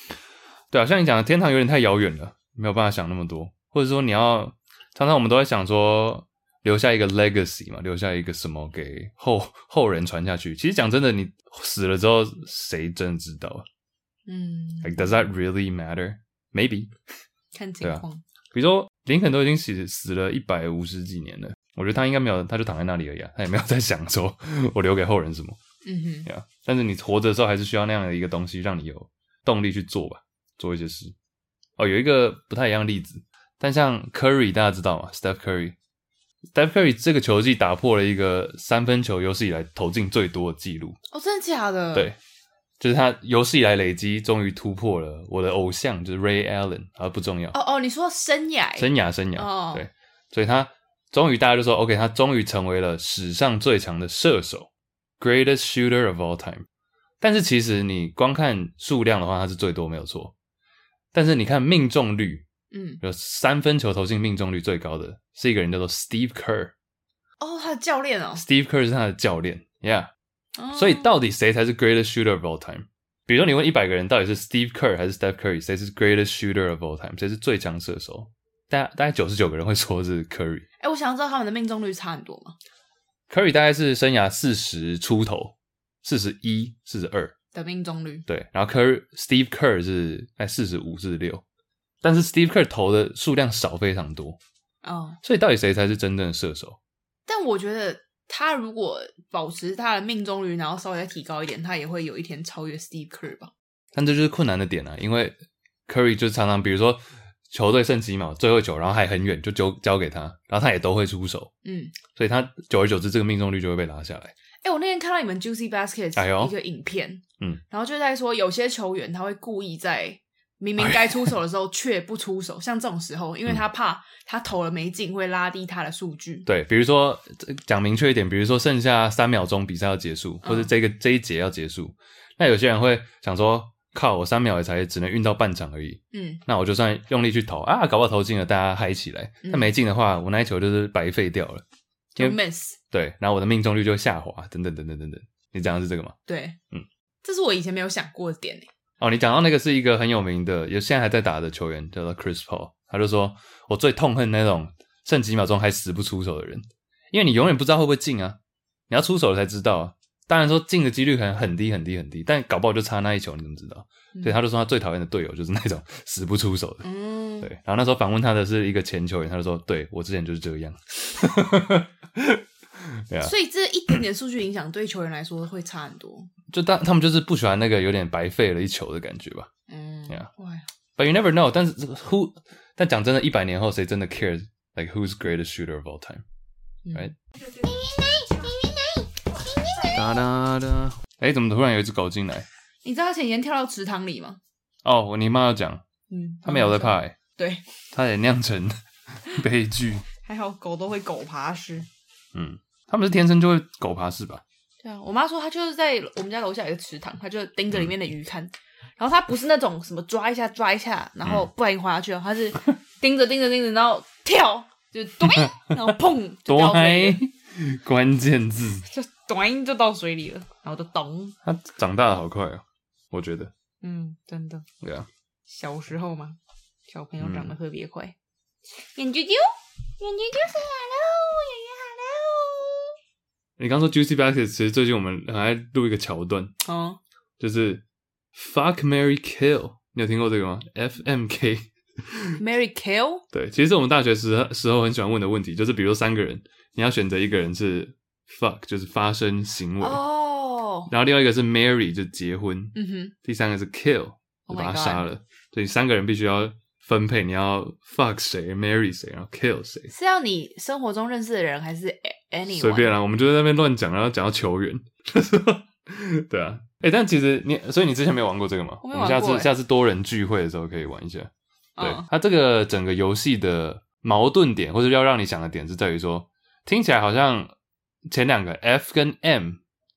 对啊，像你讲的，天堂有点太遥远了，没有办法想那么多，或者说你要常常我们都在想说，留下一个 legacy 嘛，留下一个什么给后后人传下去。其实讲真的，你死了之后，谁真的知道啊嗯， ？Like does that really matter? Maybe. 看对情啊况。比如说林肯都已经死死了一百五十几年了，我觉得他应该没有，他就躺在那里而已、啊，他也没有在想说 我留给后人什么。嗯哼，对啊，但是你活着的时候还是需要那样的一个东西，让你有动力去做吧，做一些事。哦，有一个不太一样的例子，但像 Curry 大家知道吗？Steph Curry，Steph Curry 这个球季打破了一个三分球有史以来投进最多的记录，哦，真的假嗯的？对，就是他有史以来累积，终于突破了我的偶像，就是 Ray Allen，啊不重要，哦哦，你说生涯，生涯生涯，哦对，所以他终于大家就说 OK，他终于成为了史上最强的射手，greatest shooter of all time。但是其实你光看数量的话，他是最多没有错，但是你看命中率，嗯，有三分球投进命中率最高的是一个人叫做 Steve Kerr，Steve 哦，他的教练哦， Kerr 是他的教练，Yeah。哦所以到底谁才是 greatest shooter of all time？比如说你问一百个人，到底是 Steve Kerr 还是 Steph Curry，谁是 greatest shooter of all time？谁是最强射手？大大概九十九个人会说是 Curry。哎，我想要知道他们的命中率差很多吗？ Curry 大概是生涯四十出头，四十一、四十二，的命中率，对。然后 Curry Steve Kerr 是哎四十五、四十六，但是 Steve Kerr 投的数量少非常多，哦，所以到底谁才是真正的射手？但我觉得他如果保持他的命中率，然后稍微再提高一点，他也会有一天超越 Steve Kerr 吧？但这就是困难的点啊，因为 Curry 就常常比如说球队剩几秒，最后一球，然后还很远，就交交给他，然后他也都会出手，嗯，所以他久而久之这个命中率就会被拉下来。哎，我那天看到你们 Juicy Baskets 哎呦一个影片，嗯，然后就在说有些球员他会故意在明哎明该出手的时候却不出手，像这种时候，因为他怕他投了没进会拉低他的数据。嗯对，比如说这讲明确一点，比如说剩下三秒钟比赛要结嗯束，或者这个、这一节要结束，那有些人会想说，靠，我三秒也才只能运到半场而已，嗯，那我就算用力去投啊，搞不好投进了，大家嗨起来；嗯但没进的话，我那一球就是白费掉了，就因为 miss 对，然后我的命中率就会下滑，等等等等等等。你讲的是这个吗？对，嗯，这是我以前没有想过的点欸哦，你讲到那个是一个很有名的，也现在还在打的球员，叫做 Chris Paul，他就说，我最痛恨那种剩几秒钟还死不出手的人，因为你永远不知道会不会进啊，你要出手了才知道啊。当然说进的几率可能很低很低很低，但搞不好就差那一球，你怎么知道？所以他就说他最讨厌的队友就是那种 死不出手的。嗯，对，然后那时候反问他的是一个前球员，他就说：“对我之前就是这样。啊所以这一点点数据影响对球员来说会差很多。”就当他们就是不喜欢那个有点白费了一球的感觉吧。嗯 Yeah 哇， But you never know. 但是这个 who，但讲真的，一百年后谁真的 cares like who's greatest shooter of all time？嗯 Right？哒哒哒！哎，怎么突然有一只狗进来？你知道他前几天跳到池塘里吗？哦，我你妈要讲，嗯，他没有在怕、欸，对，差点酿成 悲剧。还好狗都会狗爬式。嗯，他们是天生就会狗爬式吧？对啊，我妈说她就是在我们家楼下有一个池塘，她就盯着里面的鱼嗯看。然后她不是那种什么抓一下抓一下，然后不然滑下去哦， 她是盯着盯着盯着，然后跳，就咚，然后砰，就多掉嗨水里了，！关键字，就咚就到水里了，然后就咚，它长大的好快哦，我觉得，嗯，真的，对啊，小时候嘛，小朋友嗯长得特别快。眼啾啾，眼啾啾 say hello，你刚说 Juicy Basket，其实最近我们很爱录一个桥段，圆圆 hello。哦，就是 Fuck Mary Kill，你有听过这个吗？FMK，嗯 Mary 哦 Kill，对，其实是我们大学时时候很喜欢问的问题，就是比如三个人，你要选择一个人是 fuck，就是发生行为，哦，然后另外一个是 Mary，就结婚，嗯哼，第三个是 kill，就 Oh my 把他杀了。所以三个人必须要分配，你要 fuck 谁，Mary 谁，然后 kill 谁。是要你生活中认识的人，还是 a- anyone？随便啦，啊我们就在那边乱讲，然后讲到球员， 就是说对啊，哎、但其实你，所以你之前没有玩过这个吗？我没们玩下过次欸下次多人聚会的时候可以玩一下。对，嗯它这个整个游戏的矛盾点，或者要让你想的点，是在于说，听起来好像前两个 F 跟 M，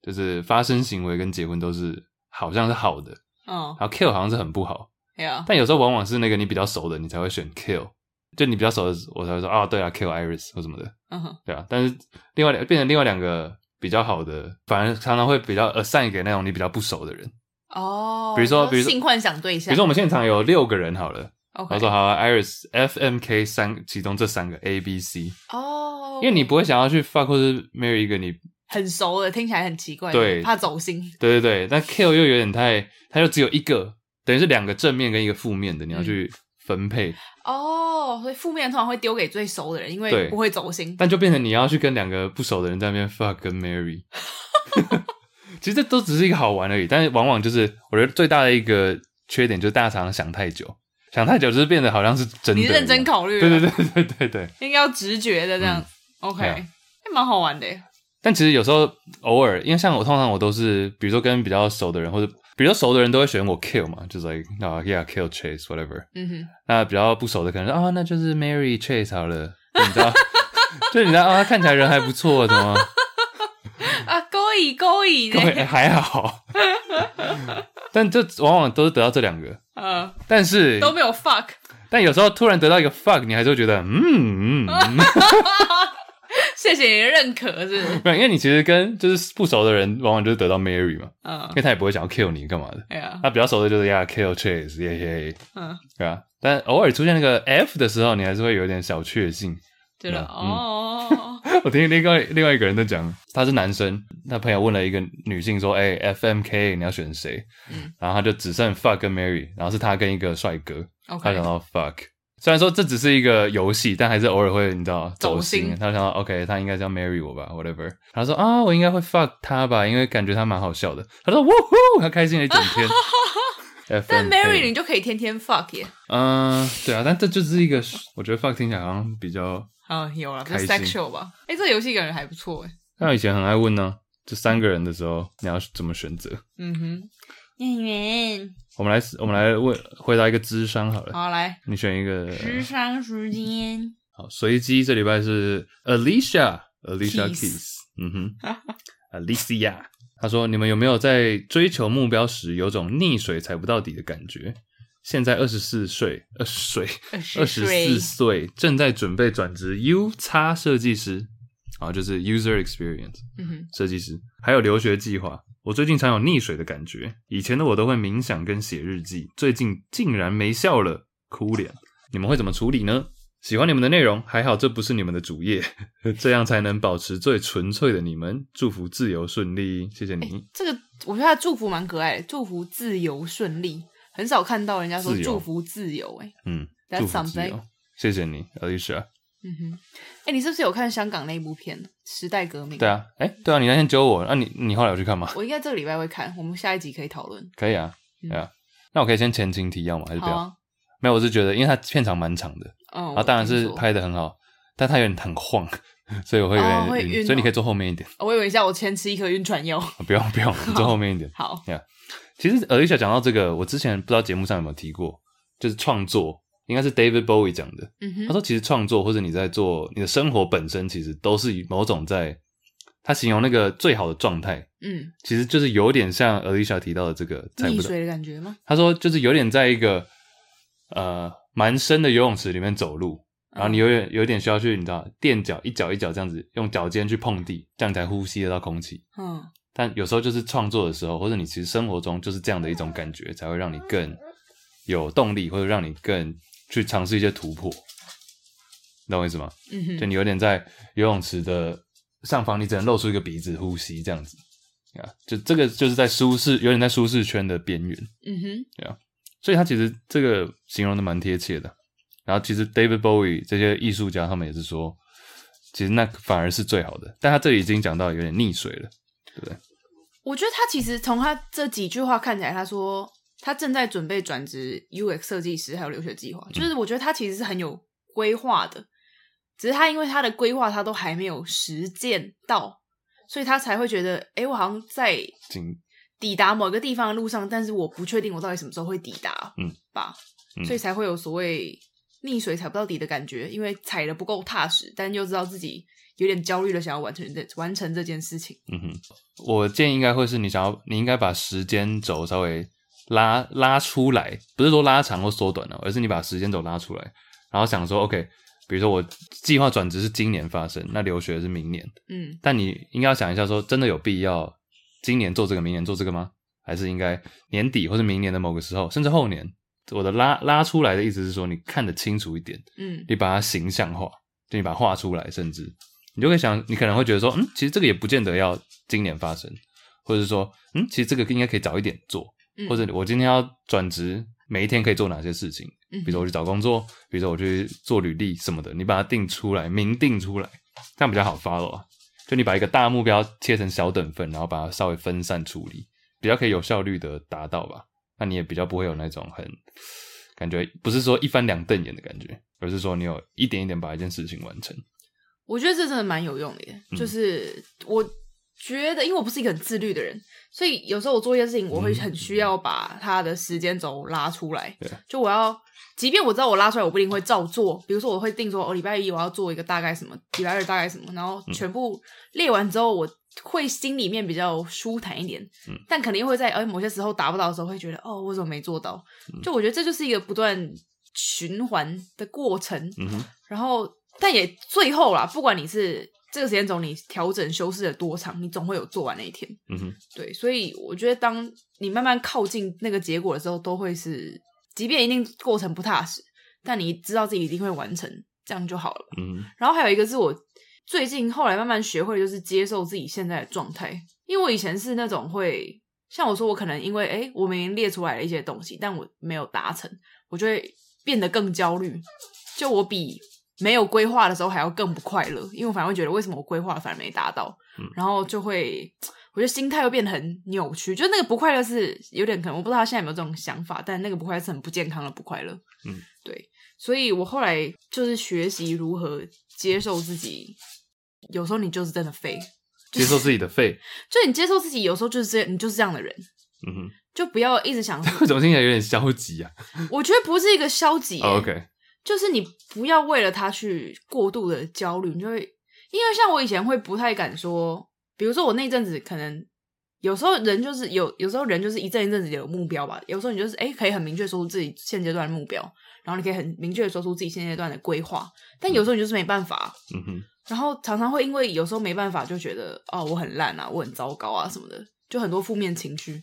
就是发生行为跟结婚都是好像是好的，嗯，然后 kill 好像是很不好，对啊，但有时候往往是那个你比较熟的，你才会选 kill。就你比较熟的，我才会说啊，对啊，Kill Iris 或什么的，嗯哼，对啊。但是另外两变成另外两个比较好的，反而常常会比较 assign 给那种你比较不熟的人。哦，比如说比如说性幻想对比象，如说我们现场有六个人好了， o 我 k 说好啊，Iris F M K 三，其中这三个 A B C，哦，因为你不会想要去 fuck 或是 marry 一个你，很熟的，听起来很奇怪，对怕走心，对对对，但 kill 又有点太，它就只有一个，等于是两个正面跟一个负面嗯的，你要去分配，哦，所以负面通常会丢给最熟的人，因对为不会走心，但就变成你要去跟两个不熟的人在那边 fuck 跟 marry，其实这都只是一个好玩而已，但是往往就是我觉得最大的一个缺点就是大家常常想太久，想太久就是变得好像是真的，你认真，考虑，对对，对对对对，应该要直觉的这样、o k 对还啊蛮好玩的耶，但其实有时候偶尔，因为像我通常我都是，比如说跟比较熟的人，或者比较熟的人都会选我 kill 嘛，就是 like 啊、yeah kill chase whatever。嗯哼，那比较不熟的可能说啊、那就是 Mary chase 好了，你知道， 就你知道啊、看起来人还不错，怎么啊，勾引勾引各呢，位、还好， 但这往往都是得到这两个， 呃，但是都没有 fuck， 但有时候突然得到一个 fuck，你还是会觉得嗯嗯，嗯 谢谢你的认可，是不是？没有因为你其实跟就是不熟的人，往往就是得到 Mary 嘛，嗯因，为他也不会想要 kill 你干嘛的。哎呀，他比较熟的就是呀，Kill Chase，耶耶，嗯，对啊。但偶尔出现那个 F 的时候，你还是会有点小确幸。 觉得嗯哦，我听另外另外一个人在讲，他是男生，他朋友问了一个女性说：“哎、f m k 你要选谁？”嗯然后他就只剩 Fuck 跟 Mary，然后是他跟一个帅哥。哦 OK 他想到 Fuck，虽然说这只是一个游戏，但还是偶尔会你知道走心。心他想到 OK，他应该是要 Mary 我吧，whatever。他说啊，我应该会 fuck 他吧，因为感觉他蛮好笑的。他说哇呼，他开心了一整 天。FMK 但 Mary 你就可以天天 fuck 耶，嗯，对啊，但这就是一个，我觉得 fuck 听起来好像比较，啊，有了，就开心 sexual 吧，哎、这游戏感觉还不错哎，像以前很爱问呢、这三个人的时候，你要怎么选择？嗯哼，演员，我们来，我们来问回答一个智商好了，好来，你选一个。智商时间，好，随机这礼拜是 Alicia，Alicia Keys Keys，嗯 哼，Alicia，她说你们有没有在追求目标时有种溺水踩不到底的感觉？现在二十四岁，二十岁，二十四岁，正在准备转职 U 叉设计师，啊，就是 User Experience 嗯哼，设计师，还有留学计划。我最近常有溺水的感觉，以前的我都会冥想跟写日记，最近竟然没笑了，哭脸。你们会怎么处理呢？喜欢你们的内容，还好这不是你们的主业， 这样才能保持最纯粹的你们。祝福自由顺利，谢谢你。这个我觉得他的祝福蛮可爱的，祝福自由顺利，很少看到人家说自由祝福自由、哎，嗯， That's 祝福自 something 由，谢谢你，Alicia。嗯哼，哎、你是不是有看香港那部片《时代革命》？对，啊，哎、对啊，你那天揪我，那、你你后来有去看吗？我应该这个礼拜会看，我们下一集可以讨论。可以啊，嗯对啊。那我可以先前情提要吗？还是不好要？啊，没有，我是觉得，因为它片长蛮长的，嗯，然我后当然听是说，拍的很好，但它有点很晃， 所以我会有哦会点晕晕，哦所以你可以坐后面一点，哦我以为一下我先吃一颗晕船药。不用不用，你坐后面一点。好，其实 Alicia 讲到这个，我之前不知道节目上有没有提过，就是创作，应该是 David Bowie 讲的。嗯他哼，说，其实创作或者你在做你的生活本身，其实都是某种在，他形容那个最好的状态，嗯，其实就是有点像 Alicia 提到的这个踩溺不到。水的感觉吗？他说，就是有点在一个呃蛮深的游泳池里面走路，然后你有点有点需要去，你知道，垫脚一脚一脚这样子，用脚尖去碰地，这样才呼吸得到空气。嗯，但有时候就是创作的时候，或者你其实生活中就是这样的一种感觉，才会让你更有动力，或者让你更去尝试一些突破。你懂我意思吗？嗯就哼，你有点在游泳池的上方，你只能露出一个鼻子呼吸这样子啊，就这个就是在舒适，有点在舒适圈的边缘。嗯哼，所以他其实这个形容的蛮贴切的。然后其实 David Bowie 这些艺术家他们也是说，其实那反而是最好的。但他这里已经讲到有点溺水了，对不对？我觉得他其实从他这几句话看起来，他说他正在准备转职 UX 设计师，还有留学计划，嗯就是我觉得他其实是很有规划的，只是他因为他的规划他都还没有实践到，所以他才会觉得，诶，我好像在紧抵达某个地方的路上，但是我不确定我到底什么时候会抵达，嗯，吧，嗯所以才会有所谓溺水踩不到底的感觉，因为踩的不够踏实，但又知道自己有点焦虑的想要完成这完成这件事情。嗯哼，我建议应该会是你想要，你应该把时间轴哦稍微拉拉出来，不是说拉长或缩短了、而是你把时间轴拉出来，然然后想说 OK，比如说我计划转职是今年发生，那留学是明年，嗯，但你应该要想一下说真的有必要今年做这个，明年做这个吗？还是应该年底或是明年的某个时候，甚至后年？我的拉拉出来的意思是说，你看得清楚一点，嗯，你把它形象化，就你把它画出来，甚至你就会想，你可能会觉得说，嗯，其实这个也不见得要今年发生，或者是说，嗯，其实这个应该可以早一点做，嗯或者我今天要转职，每一天可以做哪些事情，嗯比如说我去找工作，比如说我去做履历什么的，你把它定出来，明定出来，这样比较好 follow 啊。就你把一个大目标切成小等份，然后把它稍微分散处理，比较可以有效率的达到吧。那你也比较不会有那种很感觉，不是说一翻两瞪眼的感觉，而是说你有一点一点把一件事情完成。我觉得这真的蛮有用的耶，嗯就是我觉得，因为我不是一个很自律的人，所以有时候我做一件事情，我会很需要把它的时间轴拉出来。嗯对啊就我要，即便我知道我拉出来，我不一定会照做。比如说，我会定说，哦，礼拜一我要做一个大概什么，礼拜二大概什么，然后嗯全部列完之后，我会心里面比较舒坦一点。嗯但可能又会在呃某些时候达不到的时候，会觉得，哦，我怎么没做到？嗯就我觉得这就是一个不断循环的过程。嗯哼，然后但也最后啦，不管你是这个时间轴你调整修饰了多长，你总会有做完那一天。嗯哼，对，所以我觉得当你慢慢靠近那个结果的时候，都会是，即便一定过程不踏实，但你知道自己一定会完成，这样就好了。嗯哼，然后还有一个是我最近后来慢慢学会，就是接受自己现在的状态。因为我以前是那种会，像我说，我可能因为诶我明明列出来了一些东西，但我没有达成，我就会变得更焦虑。就我比没有规划的时候还要更不快乐，因为我反而会觉得为什么我规划了反而没达到，嗯然后就会。我觉得心态会变得很扭曲，就那个不快乐是有点可能，我不知道他现在有没有这种想法，但那个不快乐是很不健康的不快乐。嗯，对。所以我后来就是学习如何接受自己，有时候你就是真的废，接受自己的肺。就你接受自己，有时候就是这，你就是这样的人，嗯哼， 就不要一直想。为什么听起来有点消极啊、Oh, 我觉得不是一个消极、 o k 就是你不要为了他去过度的焦虑，你就会因为像我以前会不太敢说，比如说我那阵子可能有时候人就是有有时候人就是一阵一阵子有目标吧，有时候你就是哎、诶可以很明确说出自己现阶段的目标，然后你可以很明确的说出自己现阶段的规划，但有时候你就是没办法，嗯哼，然后常常会因为有时候没办法，就觉得哦，我很烂啊，我很糟糕啊什么的，就很多负面情绪。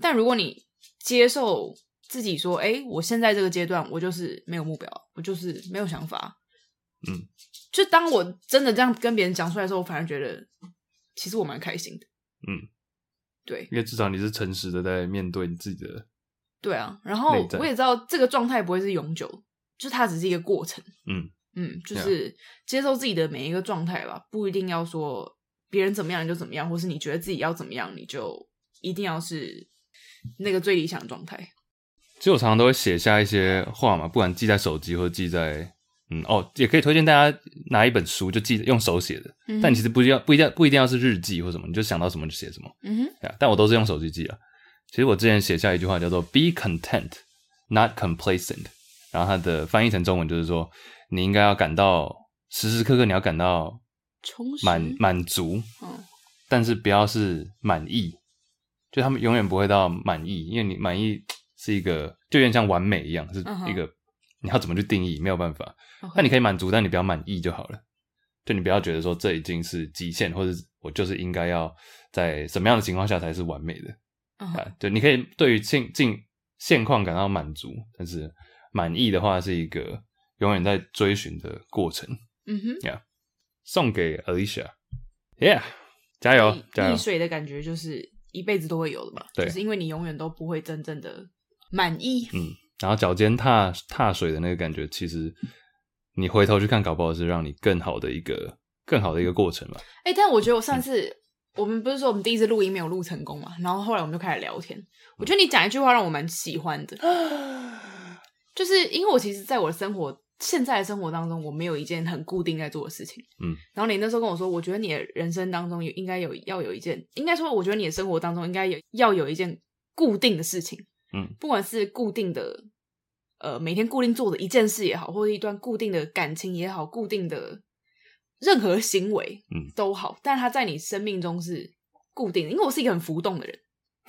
但如果你接受自己说，哎，我现在这个阶段，我就是没有目标，我就是没有想法，嗯，就当我真的这样跟别人讲出来的时候，我反而觉得其实我蛮开心的，嗯，对因为至少你是诚实的在面对你自己的。对啊。然后内在我也知道这个状态不会是永久，就它只是一个过程，嗯嗯，就 Yeah 是接受自己的每一个状态吧，不一定要说别人怎么样你就怎么样，或是你觉得自己要怎么样你就一定要是那个最理想的状态。其实我常常都会写下一些话嘛，不管记在手机或记在，嗯，哦，也可以推荐大家拿一本书，就记用手写的。嗯但其实不一定要不一定要不一定要是日记或什么，你就想到什么就写什么。嗯哼，对啊，但我都是用手机记啊。其实我之前写下一句话叫做 “be content, not complacent”，然后它的翻译成中文就是说，你应该要感到时时刻刻你要感到充实满满足，嗯但是不要是满意，就他们永远不会到满意，因为你满意是一个就有点像完美一样，是嗯哼一个、你要怎么去定义，没有办法。 OK 那你可以满足，但你不要满意就好了。就你不要觉得说这已经是极限，或者是我就是应该要在什么样的情况下才是完美的嗯哼啊？对，你可以对于现近现况感到满足，但是满意的话是一个永远在追寻的过程。嗯哼，送给 Alicia，Yeah，加油溺加油溺！水的感觉就是一辈子都会有的吧，啊对就是因为你永远都不会真正的满意。嗯，然后脚尖踏踏水的那个感觉，其实你回头去看，搞不好是让你更好的一个更好的一个过程吧。哎、但我觉得我嗯上次、我们不是说我们第一次录音没有录成功嘛，然后后来我们就开始聊天。嗯我觉得你讲一句话让我蛮喜欢的，就是因为我其实在我的生活现在的生活当中，我没有一件很固定在做的事情。嗯，然后你那时候跟我说，我觉得你的人生当中有应该有要有一件，应该说我觉得你的生活当中应该有要有一件固定的事情。嗯，不管是固定的。呃，每天固定做的一件事也好，或者一段固定的感情也好，固定的任何行为，嗯都好，但它在你生命中是固定的，因为我是一个很浮动的人。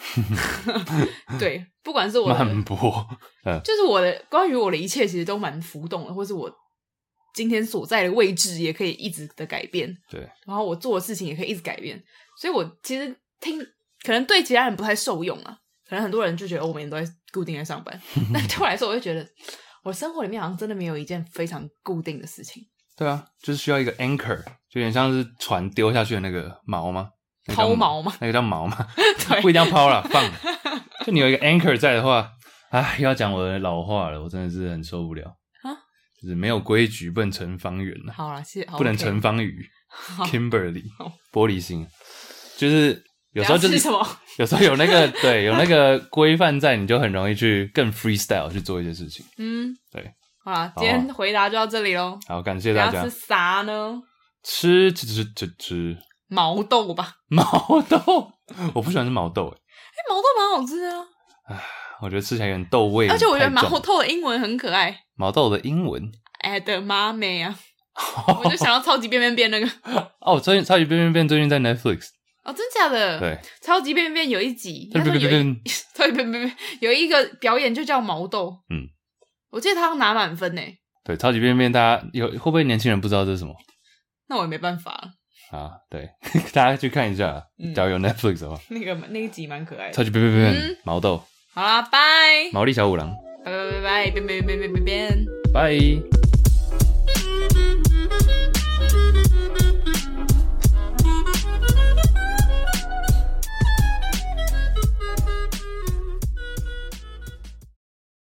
对，不管是我的，慢播，就是我的关于我的一切，其实都蛮浮动的，或是我今天所在的位置也可以一直的改变，对，然后我做的事情也可以一直改变，所以我其实听可能对其他人不太受用啊，可能很多人就觉得、哦我每天都在固定在上 班，但对我来说，我就觉得我生活里面好像真的没有一件非常固定的事情，对啊，就是需要一个 anchor，就有点像是船丢下去的那个锚吗？那个叫抛锚吗？那个叫锚吗？ 对不一定要抛了， 放。就你有一个 anchor 在的话，唉，又要讲我的老话了，我真的是很受不了啊！就是没有规矩不能成方圆啊呐，好啦，谢好不能 OK 成方圆。好 Kimberly 好玻璃心，就是有时候就等一是下什么？有时候有那个 对有那个规范在，你就很容易去更 freestyle 去做一些事情。嗯，对，好啦，今天回答就到这里喽。好，感谢等大下家吃。啥呢？吃吃吃吃吃 毛豆吧，毛豆，我不喜欢吃毛豆，欸哎、毛豆蛮好吃的啊，我觉得吃起来有点豆味太而且重。我觉得毛豆的英文很可爱。毛豆的英文哎的妈 美啊！我就想到超级变变变那个哦，最近超级变变变最近在 Netflix，哦，真假的？，对，超级变变变有一集，应该说变有变一 变超级变变变有一个表演就叫毛豆，嗯，我记得他要拿满分欸呢，对，超级变变，大家有会不会年轻人不知道这是什么那我也没办法了。啊？对， 大家去看一下，嗯假如有 Netflix 的话，那个那一集蛮可爱的。超级变变变嗯毛豆好啦，拜毛利小五郎，拜拜拜拜，变变变变变变。拜。